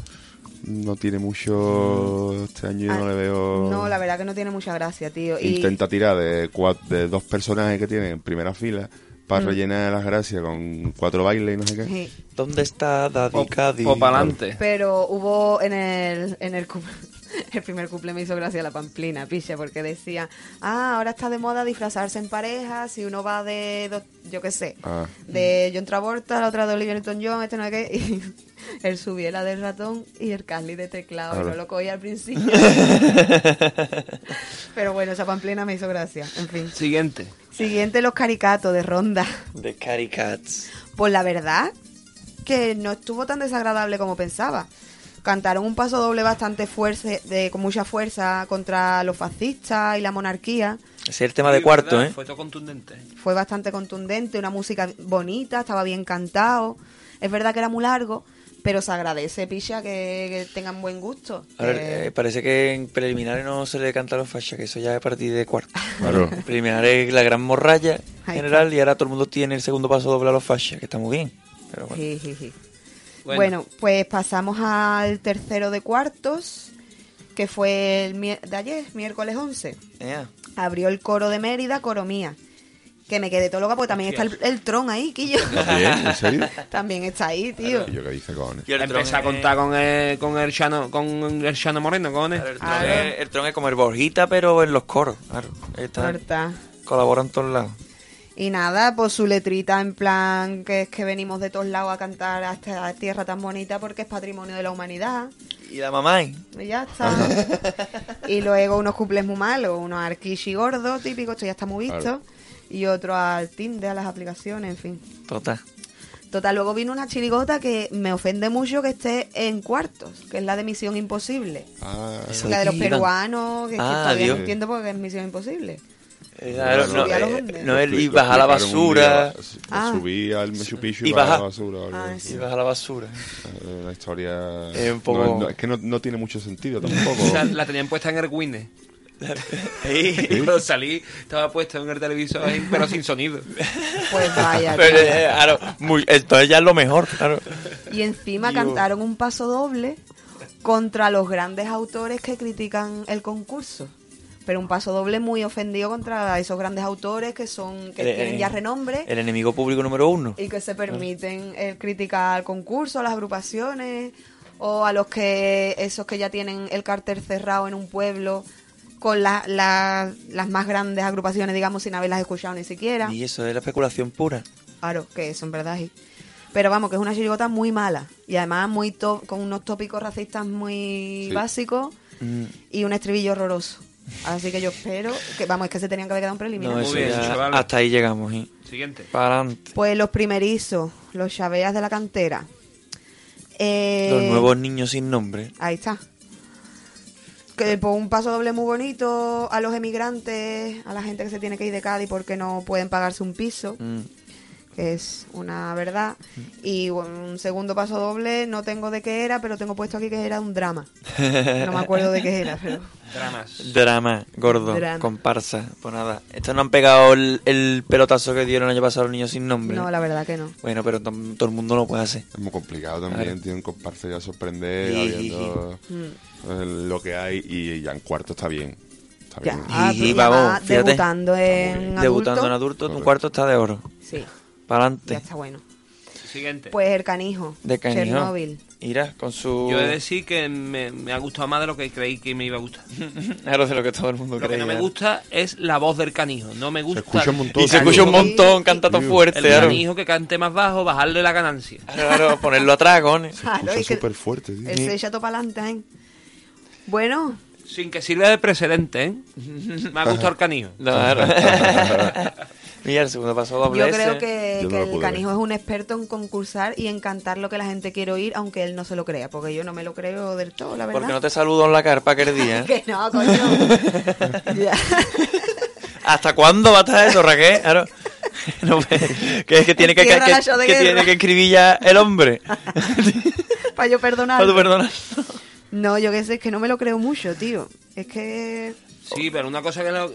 no tiene mucho. Este año yo Ah, no le veo. No, la verdad que no tiene mucha gracia, tío. Y Intenta tirar de, cua- de dos personajes que tiene en primera fila para rellenar las gracias con cuatro bailes y no sé qué. Mm. sí, ¿Dónde está Daddy O, Caddy? para adelante. Pero hubo en el, en el cup- El primer cumple me hizo gracia la pamplina, picha, porque decía, ah, ahora está de moda disfrazarse en pareja, si uno va de, do- yo qué sé, Ah. de John Travolta, la otra de Olivia Newton-John, este no sé qué, y el subiera del ratón y el Carly de teclado, y Claro. no lo cogía al principio. Pero bueno, esa pamplina me hizo gracia, en fin. Siguiente. Siguiente, los caricatos de Ronda. De Carry Cats. Pues la verdad que no estuvo tan desagradable como pensaba. Cantaron un paso doble bastante fuerte, de, con mucha fuerza contra los fascistas y la monarquía. Ese es el tema de Sí, cuarto, verdad, ¿eh? Fue todo contundente. Fue bastante contundente, una música bonita, estaba bien cantado. Es verdad que era muy largo, pero se agradece, picha, que, que tengan buen gusto. Ahora, Eh, eh, parece que en preliminares no se le canta a los fachas, que eso ya es a partir de cuarto. Claro. preliminares la gran morralla Ahí general y ahora todo el mundo tiene el segundo paso doble a los fachas, que está muy bien. Pero bueno. ji, ji, ji. Bueno. Bueno. pues pasamos al tercero de cuartos, que fue el mi- de ayer, miércoles 11. Ea. abrió el coro de Mérida, coro mía. Que me quedé todo loca porque también está el, el tron ahí, Quillo. ¿También? ¿En serio? también está ahí, tío. Y yo qué dice con. Empecé a contar con el, con el Chano, con el Chano Moreno, con él. El tron, Claro. es, el tron es como el Borjita, pero en los coros. Claro. Está- Corta. colabora en todos lados. Y nada, pues su letrita en plan que es que venimos de todos lados a cantar a esta tierra tan bonita porque es patrimonio de la humanidad. Y la mamá, ¿eh? Y ya está. y luego unos cuples muy malos, uno al Kishi gordo, típico, esto ya está muy visto. Claro. Y otro al Tinder, a las aplicaciones, en fin. total. Total, luego vino una chirigota que me ofende mucho que esté en cuartos, que es la de Misión Imposible. Ah, Eso La de los que iban. peruanos, que, es que Ah, todavía Dios. no entiendo porque es Misión Imposible. Era- Claro, no, subí a los eh, Andes. no, el Lo y expli- baja la lo explicaron un basura. día, Ah. Subí al Machu Picchu Y y baja la baja. basura. o algo Ah, así. Y baja la basura. Eh, Una historia. Es un poco- no, no, es que no, no tiene mucho sentido tampoco. O sea, la tenían puesta en el Winne. Y cuando salí, estaba puesta en el televisor, ahí, pero sin sonido. Pues vaya. Pero, tío. eh, claro, muy, esto ya es lo mejor. Claro. y encima Dios. cantaron un paso doble contra los grandes autores que critican el concurso. Pero un paso doble muy ofendido contra esos grandes autores que son que El- el- tienen ya renombre Eh, El enemigo público número uno. y que se permiten eh, criticar al concurso, a las agrupaciones o a los que esos que ya tienen el cartel cerrado en un pueblo con la- la- las más grandes agrupaciones, digamos, sin haberlas escuchado ni siquiera. Y eso es la especulación pura. Claro, que eso en verdad sí. Pero vamos, que es una chirigota muy mala. Y además muy to- con unos tópicos racistas muy Sí. básicos y un estribillo horroroso. Así que yo espero que, vamos, es que se tenían que haber quedado en preliminar. No, eso bien, ya- chavales. hasta ahí llegamos. ¿eh? Siguiente. Para adelante. Pues los primerizos, los chaveas de la cantera. Eh, Los nuevos niños sin nombre. Ahí está. Que por un paso doble muy bonito a los emigrantes, a la gente que se tiene que ir de Cádiz porque no pueden pagarse un piso. Mm. que es una verdad. Y un segundo paso doble, no tengo de qué era, pero tengo puesto aquí que era un drama. No me acuerdo de qué era, pero... Dramas. Drama, gordo, Drama. comparsa. Pues nada, estos no han pegado el, el pelotazo que dieron el año pasado los niños sin nombre. No, la verdad que no. Bueno, pero to- todo el mundo lo puede hacer. Es muy complicado también, tío, en comparsa ya sorprender, Sí, Mm. habiendo eh, lo que hay y ya en cuarto está bien. Está Ya. bien. Ah, Y pero vamos, ya va fíjate. debutando en adulto. Debutando en adulto, un cuarto está de oro. Sí, Para ya adelante. está bueno. Siguiente. Pues el canijo. De canijo. Chernobyl. Irás con su... Yo he de decir que me, me ha gustado más de lo que creí que me iba a gustar. Ahora de lo que todo el mundo Lo que cree. no me gusta es la voz del canijo. No me gusta. escucha un montón. Y se escucha un montón, canta tan fuerte. El Claro, canijo que cante más bajo, bajarle la ganancia. Claro, claro, ponerlo a tragones. Claro, Escucha y que súper fuerte, tío. el se topa adelante, ¿eh? Bueno, Sin que sirva de precedente, ¿eh? Me ha gustado el canijo. Claro. Mira, el segundo paso doble yo ese. creo que, Yo no que lo el pude canijo ver. es un experto en concursar y en cantar lo que la gente quiere oír, aunque él no se lo crea, porque yo no me lo creo del todo, la verdad. Porque no te saludo en la carpa aquel día. Que no, coño. Ya. ¿Hasta cuándo va a estar eso, Raquel? Claro. No, pues, que es que tiene que, que, Cierra la show de que guerra. tiene que escribir ya el hombre. Para yo Para tu perdonar. perdonar. No, yo qué sé, es que no me lo creo mucho, tío. Es que... Sí, pero una cosa que no-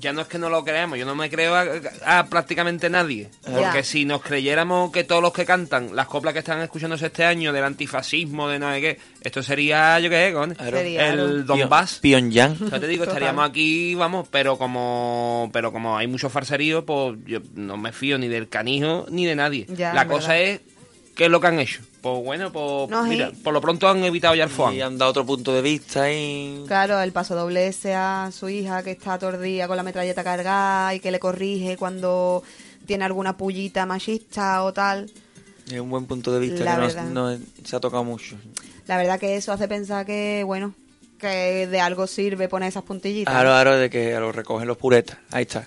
ya no es que no lo creamos, yo no me creo a, a prácticamente nadie. Porque Ya. si nos creyéramos que todos los que cantan las coplas que están escuchándose este año del antifascismo, de no sé qué, esto sería, yo qué sé, con Claro. Sería el Pion- Donbass. Pyongyang. Ya te digo, Total. estaríamos aquí, vamos, pero como pero como hay mucho farserío, pues yo no me fío ni del canijo ni de nadie. Ya, La es cosa verdad. es, ¿qué es lo que han hecho? Pues bueno, pues No, sí. mira, por lo pronto han evitado ya el foam. Y han dado otro punto de vista y... Claro, el paso doble ese a su hija que está tordía con la metralleta cargada y que le corrige cuando tiene alguna pullita machista o tal. Es un buen punto de vista La que verdad. no, no se ha tocado mucho. La verdad que eso hace pensar que, bueno, que de algo sirve poner esas puntillitas. Aro, aro, de que lo recogen los puretas. Ahí está.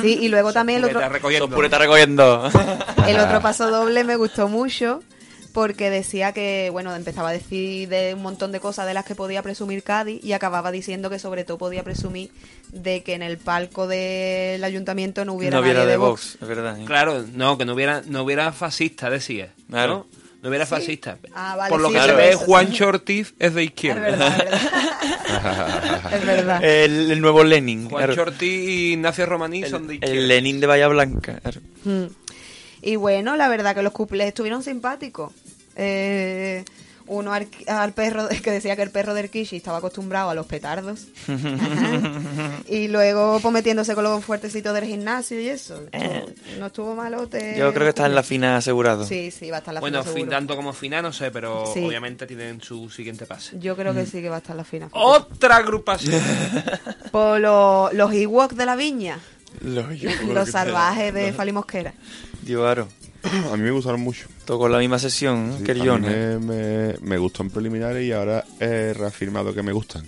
Sí, y luego también el otro, Está recogiendo. Los puretas recogiendo. el otro paso doble me gustó mucho porque decía que, bueno, empezaba a decir de un montón de cosas de las que podía presumir Cádiz y acababa diciendo que sobre todo podía presumir de que en el palco del ayuntamiento no hubiera, no hubiera nadie de de Vox. Vox, es verdad. ¿eh? Claro, no, que no hubiera, no hubiera fascista, decía. Claro. ¿no? No hubiera fascista. Ah, vale, Por lo sí, que es se verdad. ve, Juan Chortiz es de Es izquierda. verdad, es verdad. es verdad. El, el nuevo Lenin. Juan claro. Chortiz y Ignacio Romaní son de el, izquierda. el Lenin de Bahía Blanca. claro. Mm. Y bueno, la verdad que los cuplés estuvieron simpáticos. Eh, uno al, al perro que decía que el perro del Kishi estaba acostumbrado a los petardos. Ajá. y luego pues, metiéndose con los fuertecitos del gimnasio y eso. Estuvo- No estuvo malote. Eh. Yo creo que Eh, está en la fina asegurado. Sí, sí, va a estar la bueno, fina. fin seguro. tanto como final, no sé, pero Sí. obviamente tienen su siguiente pase. Yo creo que Mm. sí que va a estar la fina. Oh. Otra agrupación. Por lo- los Ewoks de la viña. Lo- yo creo Los que- salvajes de Fali Mosquera. Digo, Aro, A mí me gustaron mucho. tocó la misma sesión ¿eh? Sí, que el a mí Jonas. me, me, me gustó en preliminares y ahora he reafirmado que me gustan.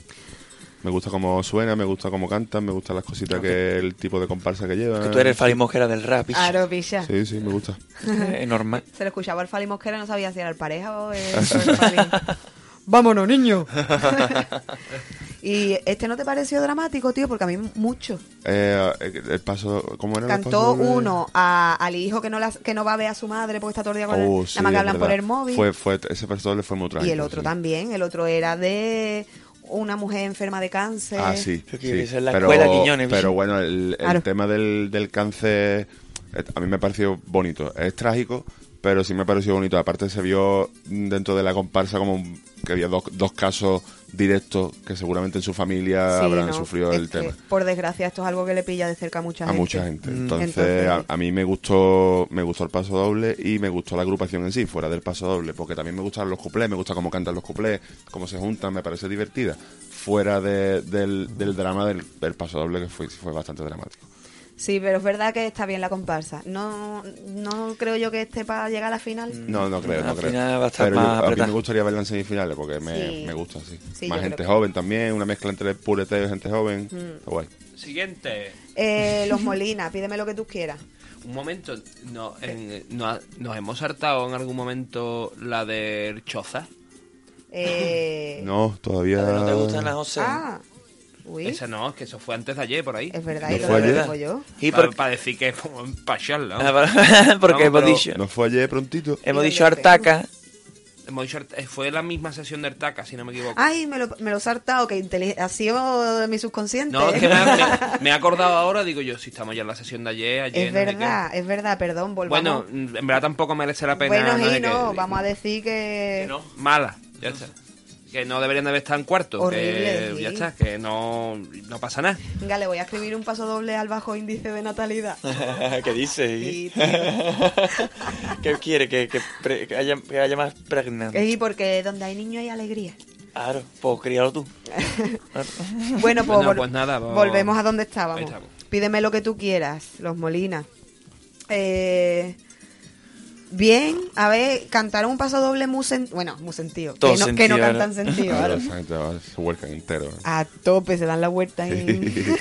Me gusta cómo suena, me gusta cómo cantan, me gustan las cositas que el tipo de comparsa que llevan. Que tú eres el Fali Mosquera del rap. bicho. Aro, picha. Sí, sí, me gusta. Es normal. Se le escuchaba al Fali Mosquera, no sabía si era el pareja o el, o el Fali. ¡Vámonos, niño! y este no te pareció dramático, tío, porque a mí mucho. Eh, el paso, ¿cómo era? el Cantó paso doble? uno a- al hijo que no, las- que no va a ver a su madre porque está todo el día con él. Oh, Nada sí, más que es hablan por verdad. el móvil. Fue, fue, ese paso doble fue muy trágico. y el otro sí. también. El otro era de una mujer enferma de cáncer. Ah, sí. Creo que sí. esa es la escuela, Quiñones, bicho. pero bueno, el, el Claro. tema del, del cáncer eh, a mí me pareció bonito. Es trágico, pero sí me pareció bonito. Aparte se vio mm, dentro de la comparsa como un- que había dos, dos casos directos que seguramente en su familia Sí, habrán no, sufrido es el que, tema. Por desgracia, esto es algo que le pilla de cerca a mucha A gente. Mm. mucha gente. Mm. Entonces, Entonces- a, a mí me gustó me gustó el paso doble y me gustó la agrupación en sí, fuera del paso doble, porque también me gustan los cuplés, me gusta cómo cantan los cuplés, cómo se juntan, me parece divertida. Fuera de- del, del drama del, del paso doble, que fue, fue bastante dramático. Mm. Sí, pero es verdad que está bien la comparsa. No, no creo yo que esté para llegar a la final. No, no creo, Al no creo. final va a estar Pero yo- más a mí apretado. me gustaría verla en semifinales, porque me, Sí. me gusta así. Sí, yo Más creo gente que- Mm. joven también, una mezcla entre pureteo y gente joven. Está guay. Siguiente. Eh, los Molina, pídeme lo que tú quieras. Un momento, no, en- no ha- nos hemos saltado en algún momento la del Choza. Eh, No, todavía... A ver, no te gustan las José. Ah, Uy. Esa no, es que eso fue antes de ayer, por ahí. Es verdad, ¿No y lo fue ayer? dejo yo. Y para, por- decir que es como un pacharla. Ah, para- porque Vamos, hemos pero- dicho, ¿No fue ayer prontito? hemos Y dicho donde te- Artaca. Hemos dicho Arta- eh, Fue la misma sesión de Artaca, si no me equivoco. Ay, me lo, me lo he saltado, que inteli- ha sido mi subconsciente. no, es que me, me- me he acordado ahora, digo yo, si estamos ya en la sesión de ayer, ayer. Es no sé verdad, qué. es verdad, perdón, Bueno, volvamos. mm, en verdad tampoco merece la pena. Bueno, no sé y no, qué. vamos a decir que... Que no, mala, ya está. Que no deberían de haber estado en cuarto. Horrible, que, sí. ya está, que no, no pasa nada. Venga, le voy a escribir un paso doble al bajo índice de natalidad. Ah. ¿Qué dices? Sí, tío. ¿Qué quiere? ¿Que, que pre- que haya, que haya más pregnante? Y porque donde hay niños hay alegría. Claro, pues críalo tú. Bueno, pues, Bueno, vol- pues nada, vamos- volvemos a donde Ahí estábamos. estamos. Pídeme lo que tú quieras, los Molina. Eh, bien, a ver, cantaron un paso doble muy sen- bueno, muy sentido. Todo que, no, que no sentido, cantan ¿no? sentido. Ah, claro. esa gente va- se vuelcan entero. ¿eh? A tope, se dan la vuelta. ahí.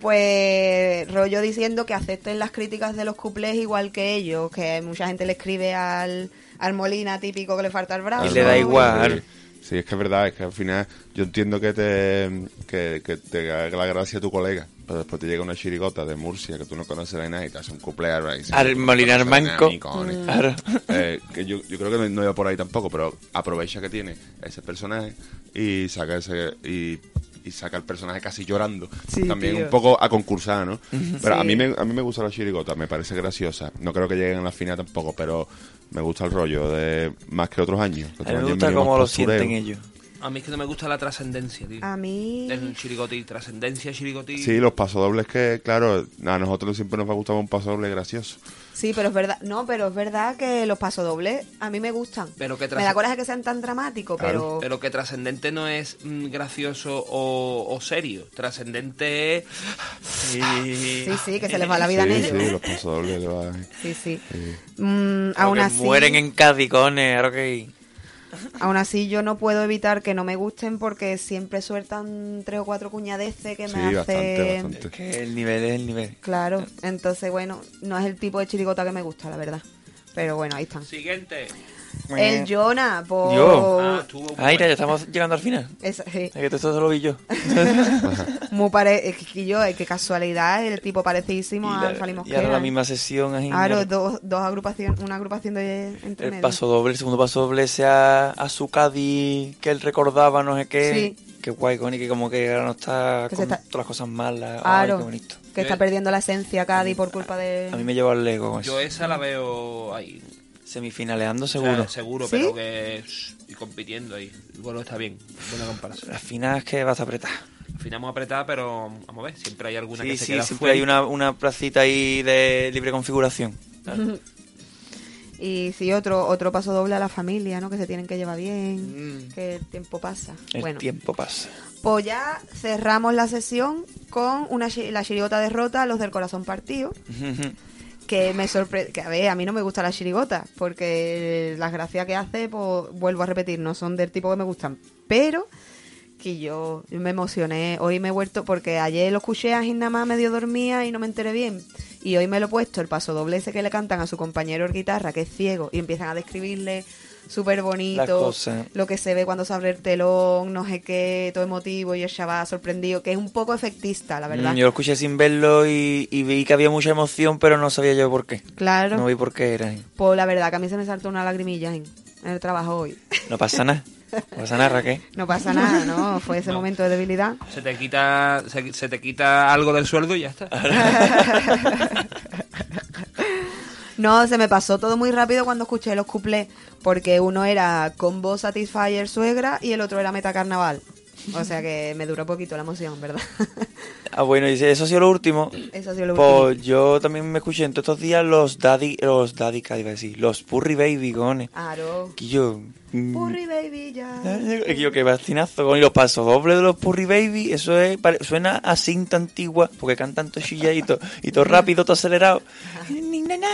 pues rollo diciendo que acepten las críticas de los cuplés igual que ellos, que mucha gente le escribe al, al Molina típico que le falta el Ah, brazo. Y le da ¿no? igual. Sí, sí, es que es verdad, es que al final yo entiendo que te, que, que te haga la gracia tu colega, pero después te llega una chirigota de Murcia que tú no conoces de nada y te hace un cumpleaños. ahí, sí, Al tú no Molina conoces de nada, Armanco. ni cojones. Claro. Eh, que yo, yo creo que no, no iba por ahí tampoco, pero aprovecha que tiene ese personaje y saca ese y, y saca el personaje casi llorando. Sí, También tío. un poco a concursar, ¿no? Pero a Sí. mí me a mí me gusta la chirigota, me parece graciosa. No creo que lleguen a la final tampoco, pero me gusta el rollo de más que otros años. que A otros mí me años gusta venimos cómo lo postureo. sienten ellos. Ah, A mí es que no me gusta la trascendencia, tío. A mí... Es un chirigoti, trascendencia, chirigoti. Sí, los pasodobles que, claro, a nosotros siempre nos va a gustar un pasodoble gracioso. Sí, pero es verdad, no, pero es verdad que los pasodobles a mí me gustan. Pero que tras- me da coraje que sean tan dramáticos, pero, Pero que trascendente no es mm, gracioso o, o serio. Trascendente es. sí, sí, que se les va la vida sí, en sí, ellos. los pasodobles. le va- Sí, sí. Mm, Como aún que así, mueren en Cádiz, cojones, ahora que- aún así yo no puedo evitar que no me gusten porque siempre sueltan tres o cuatro cuñadeces que me Sí, hacen. bastante, Es bastante. que el nivel es el nivel. Claro, entonces bueno, no es el tipo de chirigota que me gusta, la verdad. Pero bueno, ahí están. Siguiente. El Jonah, por... Yo. Ah, estuvo muy Ah, mira, ya bueno. estamos llegando al final. Esa- sí. Es que esto solo lo vi yo. Muy pare... es que yo, es que casualidad, el tipo parecidísimo y, la- a Alfa y y ahora la Mosquera. misma sesión. ahí, Claro, mira. dos, dos agrupación, una agrupación de entre el medio. paso doble, el segundo paso doble sea a su Cádiz que él recordaba, no sé qué. Qué guay, Connie, que como que ahora no está Que se con está- todas las cosas malas. Ay, Aro, qué bonito. que está perdiendo la esencia Cádiz por culpa de... A mí me lleva el Lego. con Yo eso. esa la veo ahí. Semifinaleando O sea, seguro. seguro, ¿Sí? pero que. shh, Y compitiendo ahí. Bueno, está bien. Buena comparación. Las finales que vas a apretar. Al final hemos apretado, pero vamos a ver. Siempre hay alguna Sí, que se sí, queda siempre fuera. hay una, una placita ahí de libre configuración. Y sí, otro, otro paso doble a la familia, ¿no? Que se tienen que llevar bien, que el tiempo pasa. El bueno, tiempo pasa. pues ya cerramos la sesión con una, chi- la chirigota derrota a los del corazón partido. que me sorprende, que a ver, a mí no me gusta la chirigota, porque las gracias que hace, pues vuelvo a repetir, no son del tipo que me gustan, pero que yo me emocioné, hoy me he vuelto, porque ayer lo escuché a nada más medio dormía y no me enteré bien, y hoy me lo he puesto, el paso doble ese que le cantan a su compañero en guitarra, que es ciego, y empiezan a describirle súper Las bonito, cosas. lo que se ve cuando se abre el telón, no sé qué, todo emotivo, y el chaval sorprendido, que es un poco efectista, la verdad. Mm, Yo lo escuché sin verlo y, y vi que había mucha emoción, pero no sabía yo por qué. Claro. No vi por qué era. Pues la verdad que a mí se me saltó una lagrimilla en, en el trabajo hoy. No pasa nada. No pasa nada, Raquel. No pasa nada, ¿no? Fue ese momento de debilidad. Se te quita, se, se te quita algo del sueldo y ya está. No, se me pasó todo muy rápido cuando escuché los cuplés, porque uno era Combo Satisfyer Suegra y el otro era Meta Carnaval. O sea que me duró poquito la emoción, ¿verdad? Ah, bueno, y eso ha sido lo último. Eso ha sido lo último. Pues yo también me escuché en todos estos días los Daddy, los Daddy, ¿qué iba a decir? Los Purry Baby, gones. Ah. Aro. Que yo... mm, Eh, Purri baby ya. que yo que vacinazo con y los pasos dobles de los Purry Baby, eso es pare- suena a cinta antigua porque cantan todo chilladito y todo rápido, todo acelerado. Ni, na, na,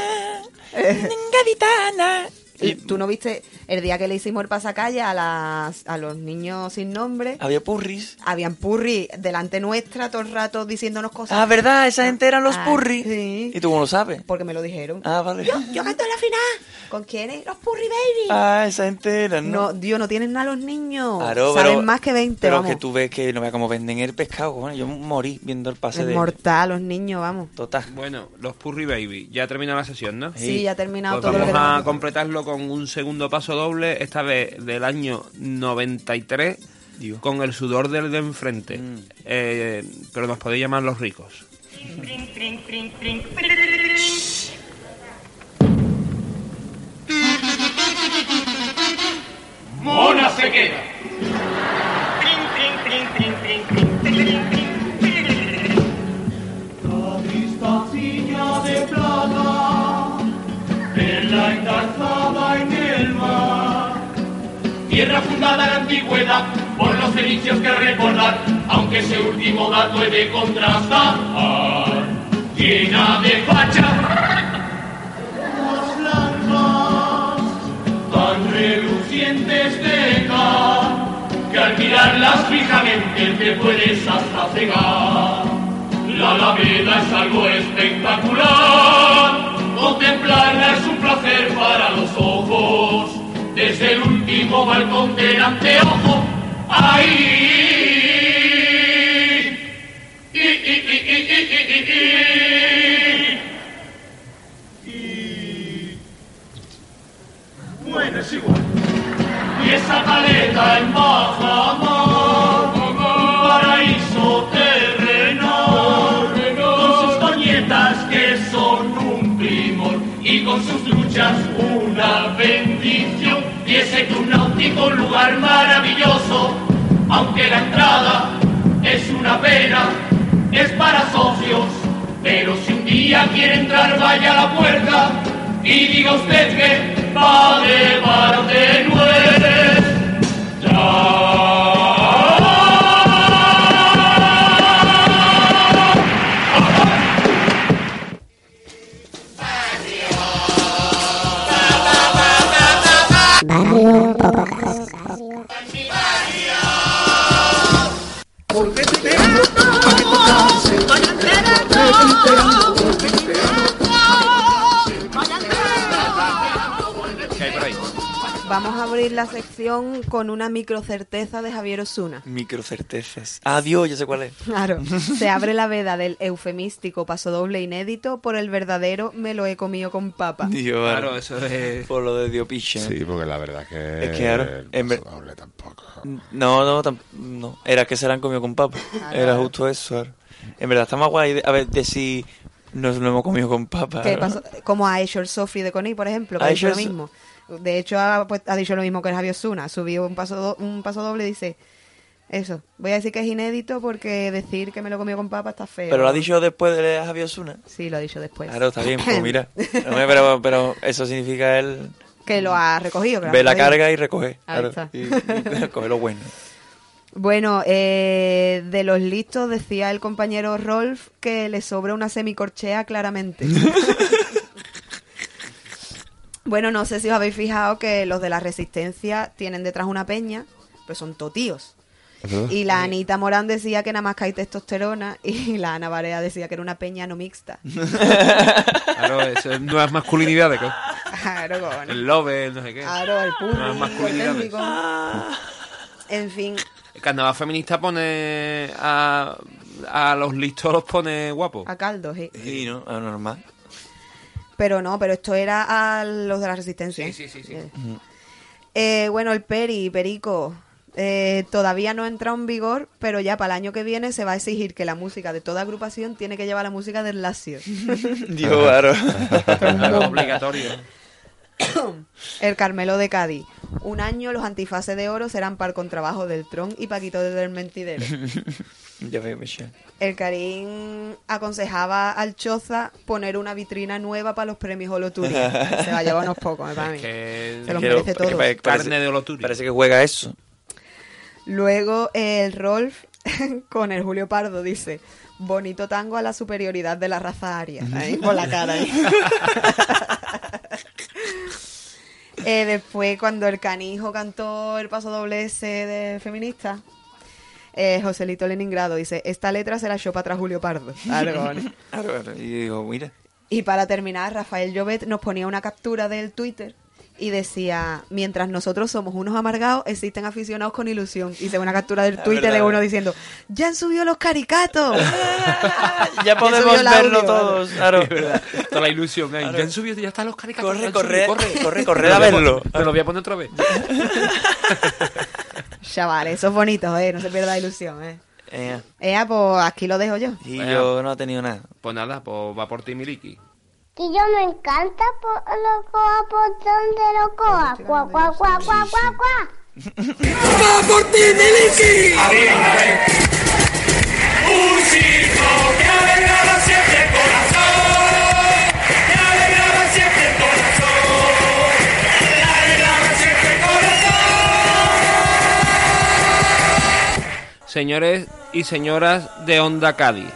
ni, gaditana. Y tú no viste el día que le hicimos el pasacalle a, las, a los niños sin nombre. Había purris. Habían purri delante nuestra todo el rato diciéndonos cosas. Ah, ¿verdad? Esa gente eran los Ah, purris. sí. ¿Y tú cómo lo sabes? Porque me lo dijeron. Ah, vale. Yo, yo canto en la final. ¿Con quiénes? Los Purri Baby. Ah, esa gente eran, No, ¿no? Dios, no tienen a los niños. Claro, Saben pero- más que 20, Pero vamos. que tú ves que no veas cómo venden el pescado, cojones. Yo morí viendo el pase Es de. Tota. mortal, los niños, vamos. Total. Bueno, los Purry Baby. Ya ha terminado la sesión, ¿no? Sí, ya ha terminado todo Pues lo vamos que a teníamos. completarlo con un segundo paso doble, esta vez del año 93, Dios. Mm. con el sudor del de enfrente. Eh, pero nos podéis llamar los ricos. Mona se queda. La distancia de plata en la engarzada en el mar. Tierra fundada en la antigüedad por los delicios que recordar, aunque ese último dato he de contrastar. Llena de facha, las blancas tan relucientes de cal, que al mirarlas fijamente te puedes hasta cegar. La alameda es algo espectacular, contemplarla es un placer para los ojos, desde el último balcón del anteojo, ahí. I, i, i, i, i, i, i, i. Bueno, es igual. Y esa caleta en baja mar, paraíso terrenal, con sus coñetas que son un primor y con sus luchas una bendición. Y ese club náutico, un lugar maravilloso, aunque la entrada es una pena, es para socios. Pero si un día quiere entrar, vaya a la puerta y diga usted que va de bar de nuez. ¿Qué hay por ahí? Vamos a abrir la sección con una microcerteza de Javier Osuna. Microcertezas. Ah, Dios, ya sé cuál es. Claro. Se abre la veda del eufemístico pasodoble inédito por el verdadero me lo he comido con papa. Dios, Claro, claro. eso es... Por lo de Dios piche. ¿no? Sí, porque la verdad que. Es que ahora, el en ver- paso doble tampoco. No, no, tam- no. Era que se la han comido con papa. Ah, Era justo eso. ahora. En verdad, está más guay de- a ver de si nos lo hemos comido con papa. Que ¿no? pasó- como a Ashore Sophie de Coney, por ejemplo, que A ha dicho lo Asher So- mismo. De hecho, ha, pues, ha dicho lo mismo que el Javier Osuna. Subió un paso, do- un paso doble y dice... Eso, voy a decir que es inédito porque decir que me lo comió con papa está feo. Pero lo ha dicho después de Javier Osuna. Sí, lo ha dicho después. Claro, está bien, pues mira. No, pero, pero eso significa él que lo ha recogido. que lo ha ve la recogido. carga y recoge. Ahí Claro, está. y, y coge lo bueno. Bueno, eh, de los listos decía el compañero Rolf que le sobra una semicorchea claramente. bueno, no sé si os habéis fijado que los de la resistencia tienen detrás una peña, pero son totíos. ¿Es verdad? Y la Anita Morán decía que nada más que hay testosterona y la Ana Barea decía que era una peña no mixta. Claro, eso es nuevas masculinidades. ¿no? claro, cojones. El lobe, el no sé qué. Claro, el Nuevas público. masculinidades. En fin, El carnaval feminista pone a, a los listos los pone guapos. a caldo, eh. sí. Sí, ¿no? Ah, normal. Pero no, pero esto era a los de la resistencia. Sí, sí, sí, sí. Eh. Eh, bueno, el Peri, Perico, eh, todavía no entra en vigor, pero ya para el año que viene se va a exigir que la música de toda agrupación tiene que llevar la música del Lazio. Dios, claro. Claro, obligatorio. el Carmelo de Cádiz. Un año los antifaces de oro serán par con trabajo del Tron y Paquito del Mentidero. ya veo, Michelle. El Karim aconsejaba al Choza poner una vitrina nueva para los premios Holoturia. Se va a llevar unos pocos, eh, para mí. Que- Se los Quiero- merece porque todos. pa- parece- Carne de Oloturi. Parece que juega eso. Luego el Rolf con el Julio Pardo dice, bonito tango a la superioridad de la raza aria. Ahí, con la cara. ahí. Eh, después, cuando el canijo cantó el paso doble S de feminista, eh, Joselito Leningrado dice: Esta letra se la echó para atrás Julio Pardo. Algo, ¿no? Claro, claro. Y digo, mira. Y para terminar, Rafael Llobet nos ponía una captura del Twitter y decía, mientras nosotros somos unos amargados, existen aficionados con ilusión. Hice una captura del Twitter de verdad. uno diciendo, ya han subido los caricatos. Ah, Ya podemos subió el verlo audio, todos. Claro. Toda la ilusión ahí. Ya han subido, ya están los caricaturas. Corre, ya han subido, corre, corre, corre Te lo a voy poner- verlo. Te lo voy a poner otra vez. Chavales, eso es bonito, eh, no se pierda la ilusión, eh. Eh, Ea, pues aquí lo dejo yo. y Bueno. yo no he tenido nada. Pues nada, pues va por ti, Miliki. Que yo me encanta por los coa por donde lo coa. Cuá, cuá, cuá, cuá, cuá, cuá. A ver, a ver. Un chico que alegraba siempre el corazón, que alegraba siempre el corazón, que alegraba siempre el corazón. Señores y señoras de Onda Cádiz.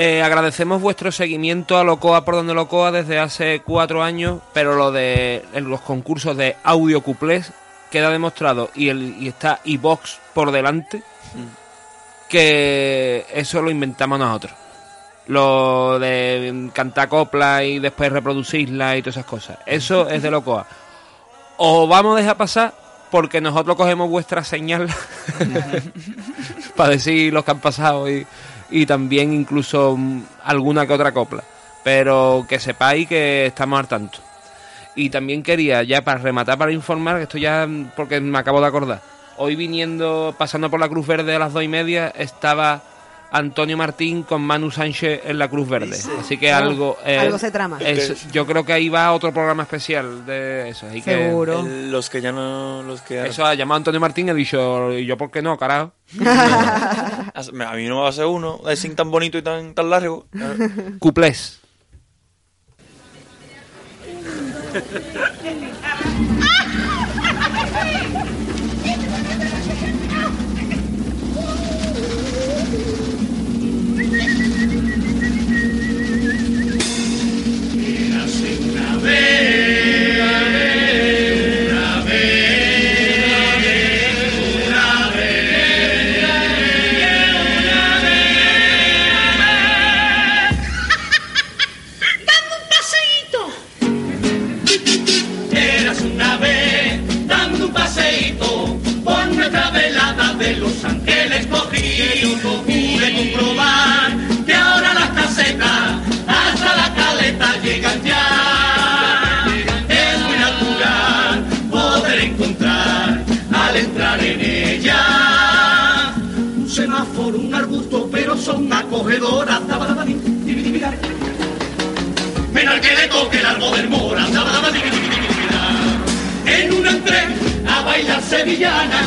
Eh, agradecemos vuestro seguimiento a Locoa por donde Locoa desde hace cuatro años, pero lo de en los concursos de audio cuplés queda demostrado y, el, y está iBox por delante que eso lo inventamos nosotros. Lo de mm, cantar copla y después reproducirla y todas esas cosas. Eso es de Locoa. Os vamos a dejar pasar porque nosotros cogemos vuestra señal para decir los que han pasado y, y también incluso mm, alguna que otra copla. Pero que sepáis que estamos al tanto. Y también quería, ya para rematar, para informar, que esto ya mm, porque me acabo de acordar. Hoy viniendo, pasando por la Cruz Verde a las dos y media, estaba Antonio Martín con Manu Sánchez en la Cruz Verde. Así que algo... Ah, eh, Algo se trama. es- yo creo que ahí va otro programa especial de eso. Así que Seguro. El- los que ya no. Los que Eso ha llamado Antonio Martín y ha dicho, ¿y yo por qué no, carajo? Hace- A mí no Ah, me va a hacer uno, es sin tan bonito y tan, tan largo. Cuplés. Eras una vez dando un paseíto por nuestra velada de Los Ángeles cogido. Pude comprobar que ahora las casetas hasta la caleta llegan ya. Es muy natural poder encontrar al entrar en ella. Un semáforo, un arbusto, pero son acogedoras. Dabadabadín, dibidibidac. Menor que le toque el árbol del mora. dabadabadibidibidibidá. En un entré a bailar sevillana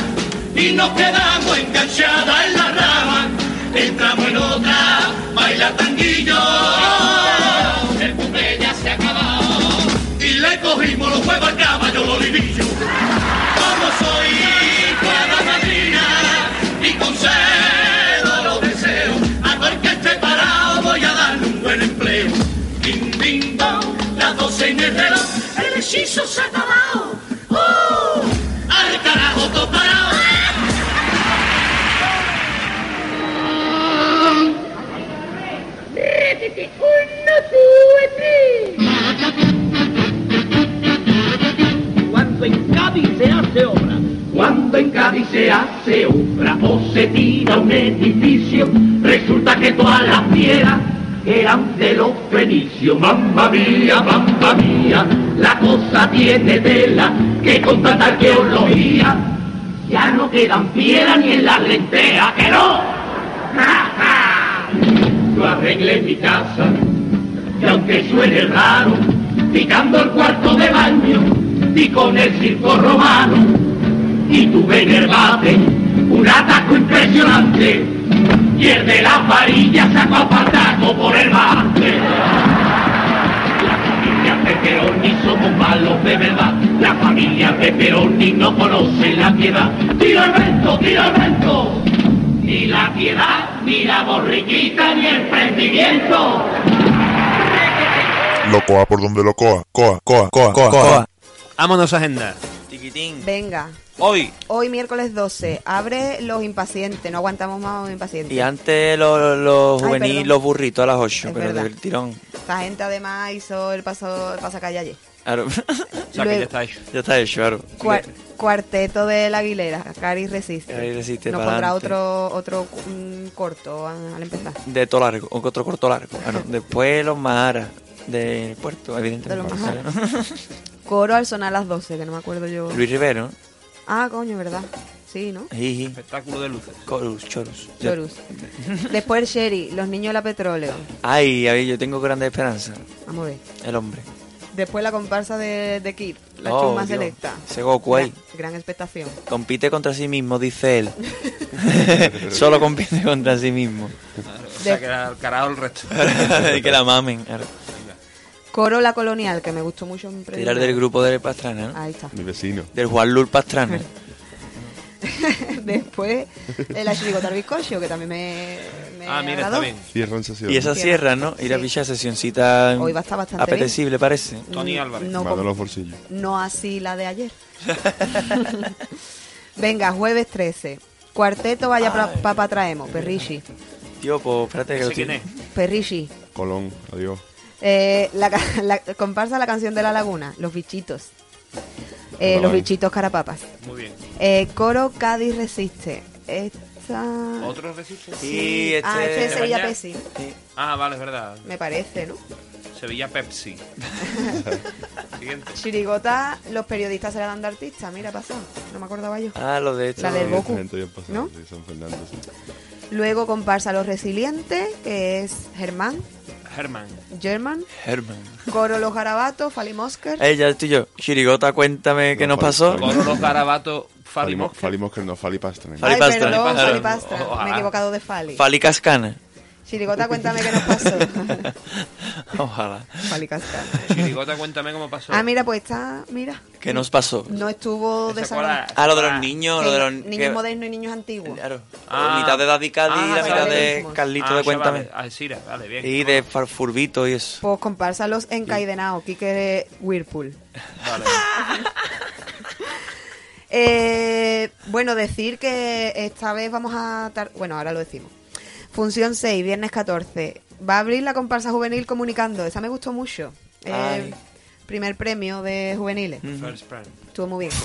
y nos quedamos enganchadas en la rama. Entramos en otra, baila tanguillo. El cumple ya se acabó y le cogimos los huevos al caballo, los olivillo. Como soy para madrina y concedo los deseos. A ver que esté parado voy a darle un buen empleo. Bing, bing, bong, las doce en el reloj, el hechizo se ha acabado. ¡Uh! ¡Al carajo todo parado! Cuando en Cádiz se hace obra, cuando en Cádiz se hace obra o se tira un edificio, resulta que todas las piedras eran de los fenicios. Mamma mía, mamma mía, la cosa tiene tela que con tanta arqueología ya no quedan piedras ni en la lentea, que no. ¡Ja, ja! Yo arreglé mi casa y aunque suene raro, picando el cuarto de baño y con el circo romano, y tuve en el bate un ataco impresionante, y el de las varillas sacó a pataco por el bate. La familia Pepperoni somos malos de verdad, la familia Pepperoni no conoce la piedad, tira el vento, tira el vento. Ni la piedad, ni la borriquita, ni el prendimiento. Locoa por donde lo coa, coa, coa, coa, coa, coa. Vámonos a agenda. Tiquitín. Venga, Hoy, hoy miércoles 12, abre Los Impacientes, no aguantamos más Los Impacientes. Y antes los lo, lo Ay, juvenil, perdón. los burritos a las 8, Es pero verdad. del tirón. Esta gente además hizo el paso, el pasacalle ayer. Claro. o sea que Luego- ya está hecho. ya está hecho, claro. Cuar- cuarteto de la Aguilera, Cari Resiste. Cari Resiste, Nos pa'lante. pondrá otro, otro mm, corto a- al empezar. De todo largo, o otro corto largo. Ah, no. Después los Maharas del puerto, evidentemente. De los Claro. Coro al sonar las 12, que no me acuerdo yo. Luis Rivero, Ah, coño, ¿verdad? Sí, ¿no? Jiji, Espectáculo de luces. Corus, Chorus. Ya. Chorus. Después el Sherry, Los Niños de la Petróleo. Ay, ay, yo tengo grandes esperanzas. Vamos a ver. El hombre. Después la comparsa de, de Kid, la Oh, chusma Dios. selecta. Ese Goku ahí. Gran, gran expectación. Compite contra sí mismo, dice él. Solo compite contra sí mismo. O sea que al carajo el resto. que la mamen. claro. Coro la colonial, que me gustó mucho. en Tirar preliminar. del grupo del Pastrana, ¿no? Ahí está. Mi vecino. Del Juan Lul Pastrana. Después eh, la chirigota al bizcocho, que también me, me Ah, mira, está agradó. bien. Cierran sesión. Y esa Sí. sierra, ¿no? Ir a Sí. pillar sesioncita Hoy va a estar bastante apetecible, parece. Tony Mm, Álvarez. No, Mano com- en los bolsillos. no así la de ayer. Venga, jueves 13. Cuarteto, vaya pra- papa traemos. Perrishi. Tío, pues espérate que No lo sé quién es. Perrishi. Colón, adiós. Eh, la, ca- la- comparsa la canción de la laguna. Los bichitos. Eh, Vale. los bichitos carapapas. Muy bien. Eh, coro Cádiz resiste. Esta. ¿Otro resiste? Sí, este- Ah, este es Sevilla Mañana. Pepsi, Sí. Ah, vale, es verdad. me parece, ¿no? Sevilla Pepsi. Siguiente. Chirigota, los periodistas se la dan de artista. Mira, pasó. No me acordaba yo. Ah, lo de esto. La del Sí, Goku. esta gente ya ha pasado, ¿No? sí, San Fernando, sí. Luego comparsa Los Resilientes, que es Germán, Herman. German, Herman. Coro Los Garabatos, Fali Mosker, Ella, Eh, estoy yo. Chirigota, cuéntame qué No, nos Fali- pasó. Fali- Coro los garabatos. Fali Falimos, Mosca. falimos que no, falipastra. Fali- Ay, Pastra, perdón, Fali Fali Pastra. Pastra, me he Ojalá. equivocado de Fali. Fali Cascana. Chirigota, cuéntame qué nos pasó. Ojalá. Fali Cascana. Chirigota, cuéntame cómo pasó. Ah, mira, pues está, mira, ¿Qué nos pasó? no estuvo ¿Esa de cuál era? Ah, lo de los Ah, niños, lo de los niños que- modernos y niños antiguos. Claro. Ah. mitad de Daddy Caddy Ah, y la vale, mitad de buenísimo. Carlito Ah, de Cuéntame. chavales, Ah, Sira, vale, bien. Y de Farfurbito y eso. Pues comparsa Los Encadenados, Kike Whirlpool. Vale. Eh, bueno, decir que esta vez vamos a... tar- Bueno, ahora lo decimos. Función 6, viernes 14. Va a abrir la comparsa juvenil comunicando. Esa me gustó mucho. Eh, Ay. Mm. primer premio de juveniles. First Prime. Estuvo muy bien.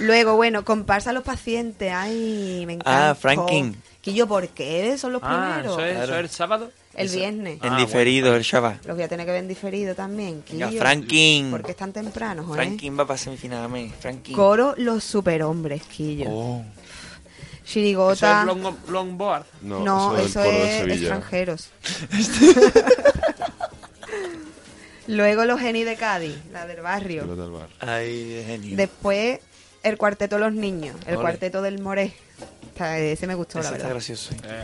Luego, bueno, comparsa los pacientes. Ay, me encanta. Ah, Frank King. Quillo, ¿por qué? Son los Ah, primeros. ¿eso es, eso Claro. es el sábado? El viernes. En Ah, diferido, el chaval. Los voy a tener que ver en diferido también. Venga, Quillo. Franklin. ¿Por qué es tan temprano, joder? Franklin va para semifinal, me. Franklin. ¿eh? Coro los superhombres, Quillo. Oh. Chirigota. Eso es long, Longboard. No, del eso, coro de es Sevilla. extranjeros. Luego los Geni de Cádiz, la del Lo barrio. del bar. Ay, genio. Después el cuarteto Los Niños, el Ole. cuarteto del Moré. Está- Ese me gustó, la Ese está verdad. gracioso. Eh,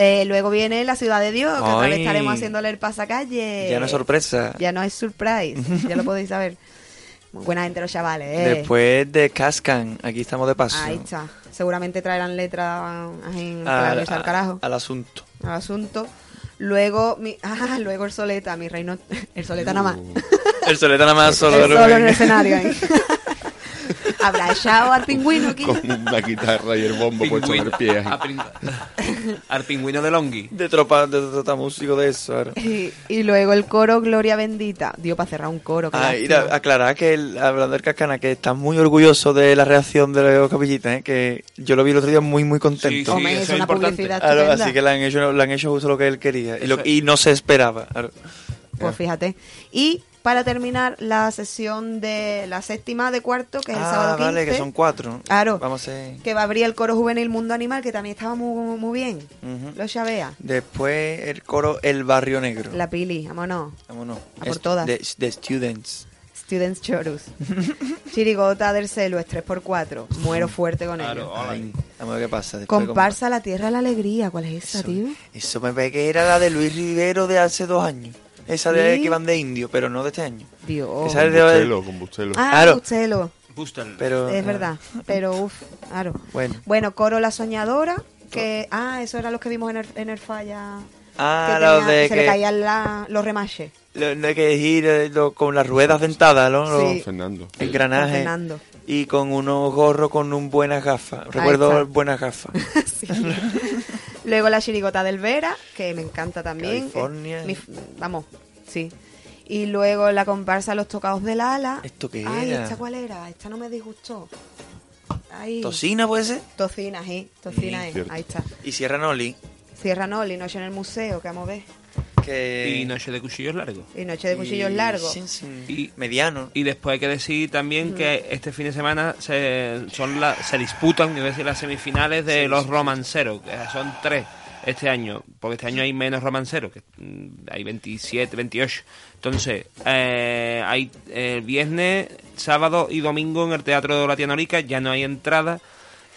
Eh, luego viene La Ciudad de Dios, que otra vez Ay. estaremos haciéndole el Eh. pasacalle. Ya no es sorpresa. Ya no es surprise, ya lo podéis saber. Muy buena gente los chavales, eh. Después eh. de Cascan, aquí estamos de paso. Ahí está. Seguramente traerán letras en Al, al carajo. a- al asunto. al asunto. Luego, mi, ah, luego el soleta, mi reino, el soleta nada más. El soleta nada más Uh, solo. El ¿no? solo en el escenario. ahí. Abrazado al pingüino aquí. Con una guitarra y el bombo puesto en el pingüino. pie. A ahí. pin- Al pingüino de Longhi. De tropa, de tropa músico de eso. ahora. Y, y luego el coro Gloria Bendita. Dio para cerrar un coro. qué Ah, y lástima. la- aclarar que el, hablando del Cascana, que está muy orgulloso de la reacción de los capillitas, ¿eh? que yo lo vi el otro día muy, muy contento. Sí, Hombre, eso es es una importante. publicidad Claro, estupenda. así que le han, hecho, le han hecho justo lo que él quería y, lo- Eso es. y no se esperaba. Claro. ah. Pues fíjate. Y para terminar, la sesión de la séptima de cuarto, que es el ah, sábado 15. vale, que son cuatro. Claro. Vamos a hacer- que va a abrir el coro juvenil Mundo Animal, que también estaba muy, muy bien. Ujú. Lo chavea. Después el coro El Barrio Negro. La pili, vámonos. Vámonos. A por Es- todas. De, de Students. Students Chorus. Chirigota del Celo es 3x4. Muero fuerte con Claro, ello. hola. Ay, Vamos a ver qué pasa. Después Comparsa la tierra de la alegría. ¿Cuál es esa, Eso, tío? eso me parece que era la de Luis Rivero de hace dos años. Esa de ¿Sí? que van de indio, pero no de este año. Dios. Esa- Combustelo, combustelo. Ah, Claro. Bustelo. Bustel. Pero, Es verdad. Pero, uff, claro. Bueno. Bueno, Coro la soñadora. Que, ah, eso eran los que vimos en el, en el falla. Ah, que los tenía- de se le que- caían la- los remaches. lo- no hay que ir eh, lo- con las ruedas dentadas, ¿no? Los Sí. Fernando. Con engranajes. Fernando. Y con unos gorros con un buenas gafas. Recuerdo está. buenas gafas. Sí. Luego la chirigota del Vera, que me encanta también. California. Eh, mi- vamos, sí. Y luego la comparsa Los Tocados del Ala. ¿Esto qué Ay, era? ¿esta cuál era? Esta no me disgustó. Ay. ¿Tocina puede ser? Tocina, sí. Tocina, eh. cierto. Ahí está. Y Sierra Noli. Sierra Noli, Noche en el Museo, que vamos a ver. Que... Y Noche de Cuchillos Largos. Y Noche de Cuchillos y- Largos. sí, sí. Y- Mediano. Y después hay que decir también que este fin de semana se, son la- se disputan iba a decir, las semifinales de los romanceros, que son tres este año, porque este año hay menos romanceros, que mm, hay 27, 28. Entonces, eh, hay eh, viernes, sábado y domingo en el Teatro Latinoamérica, ya no hay entrada.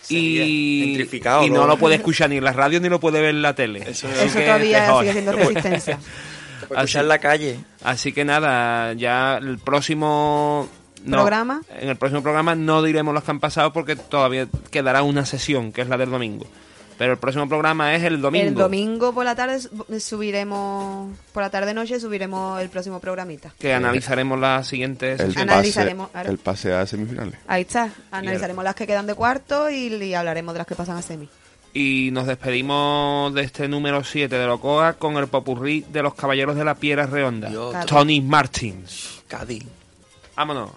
Sería Y, gentrificado, y no ¿no? lo puede escuchar ni en la radio ni lo puede ver en la tele. Eso- Así Eso que todavía mejor. sigue siendo resistencia. Para escuchar la calle. Así que nada, ya el próximo no, ¿Programa? En el próximo programa no diremos los que han pasado porque todavía quedará una sesión, que es la del domingo. Pero el próximo programa es el domingo. El domingo por la tarde su- subiremos, por la tarde-noche subiremos el próximo programita. Que analizaremos la siguiente El sesión. pase, Analizaremos, ahora. el pase a semifinales. Ahí está. Analizaremos las que quedan de cuarto y, y hablaremos de las que pasan a semi. Y nos despedimos de este número 7 de Locoa con el popurrí de los Caballeros de la Piedra Redonda. Dios, Tony Martins. Cádiz. Vámonos.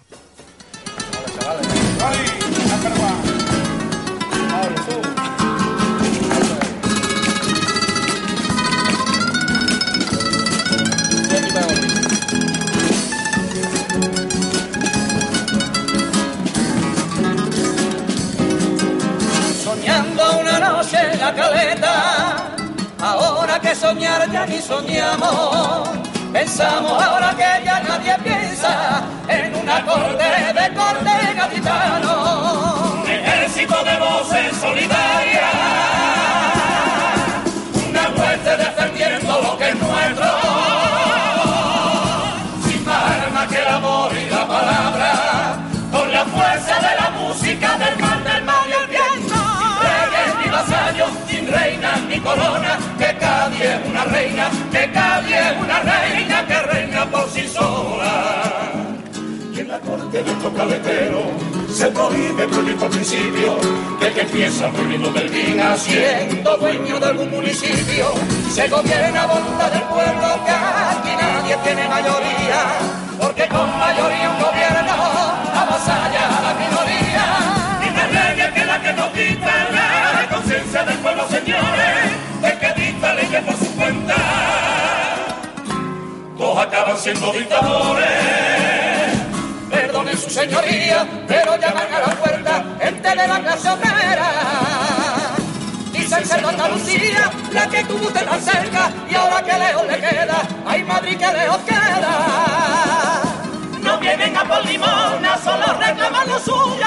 soñando una noche en la caleta. Ahora que soñar ya ni soñamos, pensamos ahora que ya nadie piensa en un acorde de cordera gitano. Ejército de voces solidarias, una muerte defendiendo lo que es nuestro, sin más armas que el amor y la palabra, con la fuerza de la música del mar, del mar y el viento. Sin reyes ni vasallos, sin reinas ni corona, que Cádiz es una reina, que Cádiz es una reina, que reina por sí sola. Y en la corte de estos caleteros se prohíbe por el mismo principio de que empieza prohibiendo del vino Siendo dueño de algún municipio, se gobierna a voluntad del pueblo, que aquí nadie tiene mayoría, porque con mayoría un gobierno avasalla a la minoría. Y la regla que es la que nos dicta la conciencia del pueblo, señores, de que dicta leyes por su cuenta. Todos acaban siendo dictadores. Perdonen su señoría, pero llaman a la puerta gente de la clase obrera. Dicen ser de Andalucía, la que tuvo usted más cerca, y ahora que lejos le queda, hay Madrid que lejos queda. No vienen a por limona, solo reclaman lo suyo.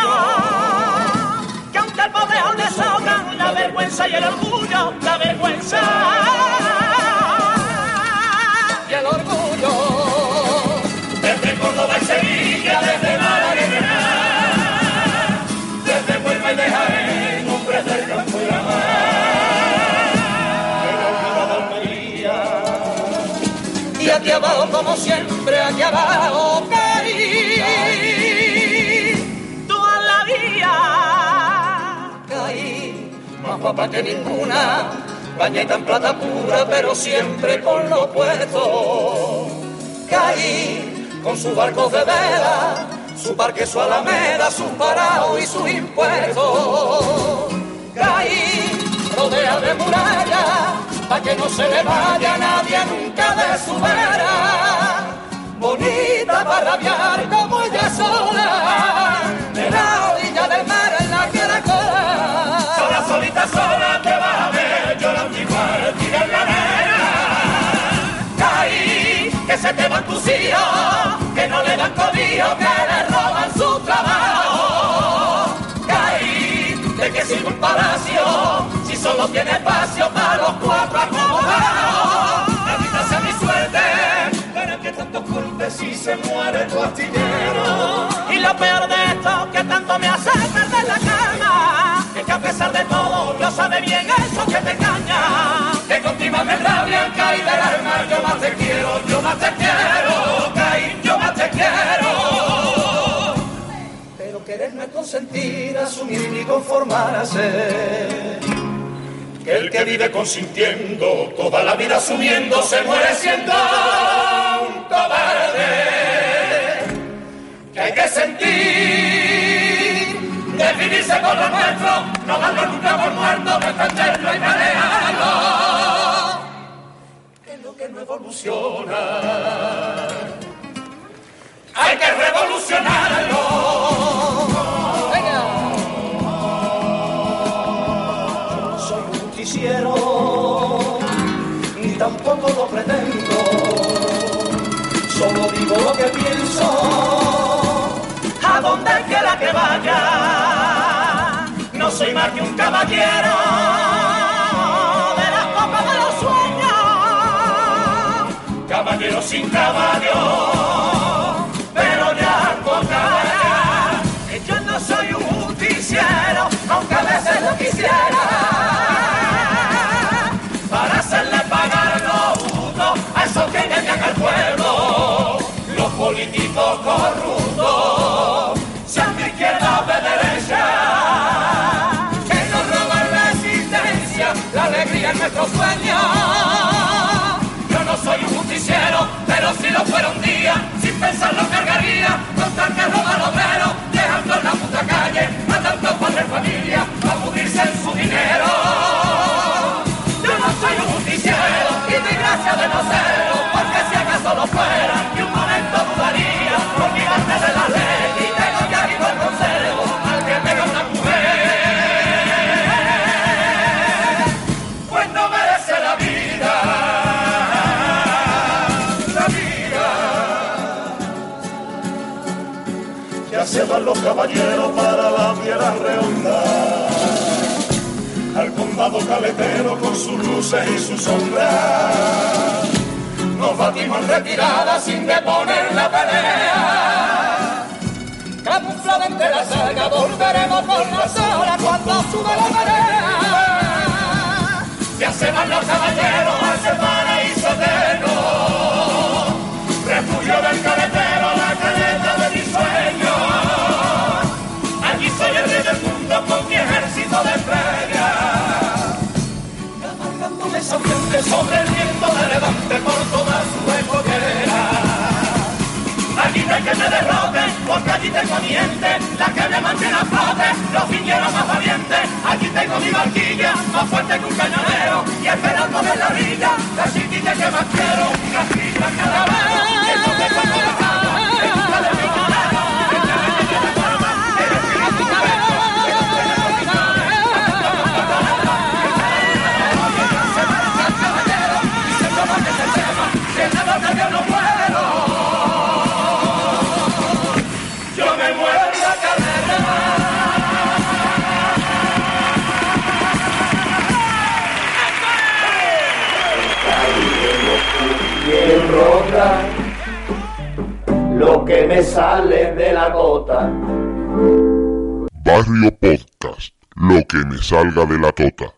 Que aunque al pobre aún le sobran la vergüenza y el orgullo, la vergüenza. Y el orgullo Desde Córdoba y Sevilla, desde Málaga y Granada, desde Huelva y de Jaén, hombres del campo y la mar, del orgullo de Almería. Y aquí abajo, como siempre, aquí abajo, caí. Todavía Caí, más guapa que ninguna, bañeta en plata pura, pero siempre con lo puesto. Caí, con sus barcos de vela, su parque, su alameda, sus parados y sus impuestos. Caí, rodea de muralla, pa' que no se le vaya nadie nunca de su vera. Bonita para rabiar como ella sola, de la orilla del mar en la que la cola. sola, solita, sola te vas a ver llorando igual, tira en la arena. Caí, que se te van tus hijos, que no le dan comido, que le roban su trabajo. Caí, de que sirve un palacio, si solo tiene espacio para los cuatro acomodados. Maldita sea mi suerte, para que tanto culpes si se muere tu astillero. Y lo peor de esto, que tanto me hace perder la calma, es que a pesar de todo, lo sabe bien eso que te engaña. Que contigo me rabia, caí del alma, yo más te quiero, yo más te quiero. querer no es consentir, asumir ni conformarse. Que el que vive consintiendo, toda la vida subiendo, se muere siendo un cobarde. Que hay que sentir, definirse con lo nuestro, no darlo nunca por muerto, defenderlo y pelearlo. Es lo que no evoluciona. Hay que revolucionarlo. soy un quisiero, ni tampoco lo pretendo. Solo digo lo que pienso, a donde quiera que vaya. No soy más que un caballero. de las copas de los sueños. Caballero sin caballo, pero ya tocará. Que Yo no soy un justiciero, aunque a veces lo quisiera. Para hacerle pagar lo uno a esos que engañan al pueblo, los políticos corruptos, sean de izquierda o de derecha, que nos roban la existencia, la alegría en nuestros sueños. Yo no soy un justiciero, pero si lo fuera un día, sin pensar lo cargaría, con tal que roba al obrero, dejando en la puta calle, matando a padre familia, a pudrirse en su dinero. Yo no soy un justiciero, y doy gracia de no serlo, porque si acaso lo fuera, ni un momento dudaría, olvidarme de la ley, y tengo ya vivo el consejo, al que pega una mujer, pues no merece la vida, la vida. Ya se van los caballeros para la piedra redonda. Al condado caletero con sus luces y sus sombras. Nos batimos en retirada sin deponer la pelea. Camuflada entre la saga, volveremos por la sala cuando sube la marea. Ya se van los caballeros hacia el paraíso eterno. Refugio del carretero, la caleta de mis sueños. Aquí soy el rey del mundo con mi ejército de estrellas. Cabalgando desafiante sobre el viento de levante por toda su escotera. Aquí no hay que me derroten, porque allí tengo mi gente, la que me mantiene a flote, los viñeros más valientes. Aquí tengo mi barquilla, más fuerte que un cañonero, y esperando de la orilla, la chiquilla que más quiero, una fila cada vez. que no te cuento la cara, es hija de mi madre, es la que me lleva a la mar, eres mi respeto, eres mi Yo me muero en la carrera. Bien rota, lo que me sale de la gota. Barrio Podcast, lo que me salga de la tota.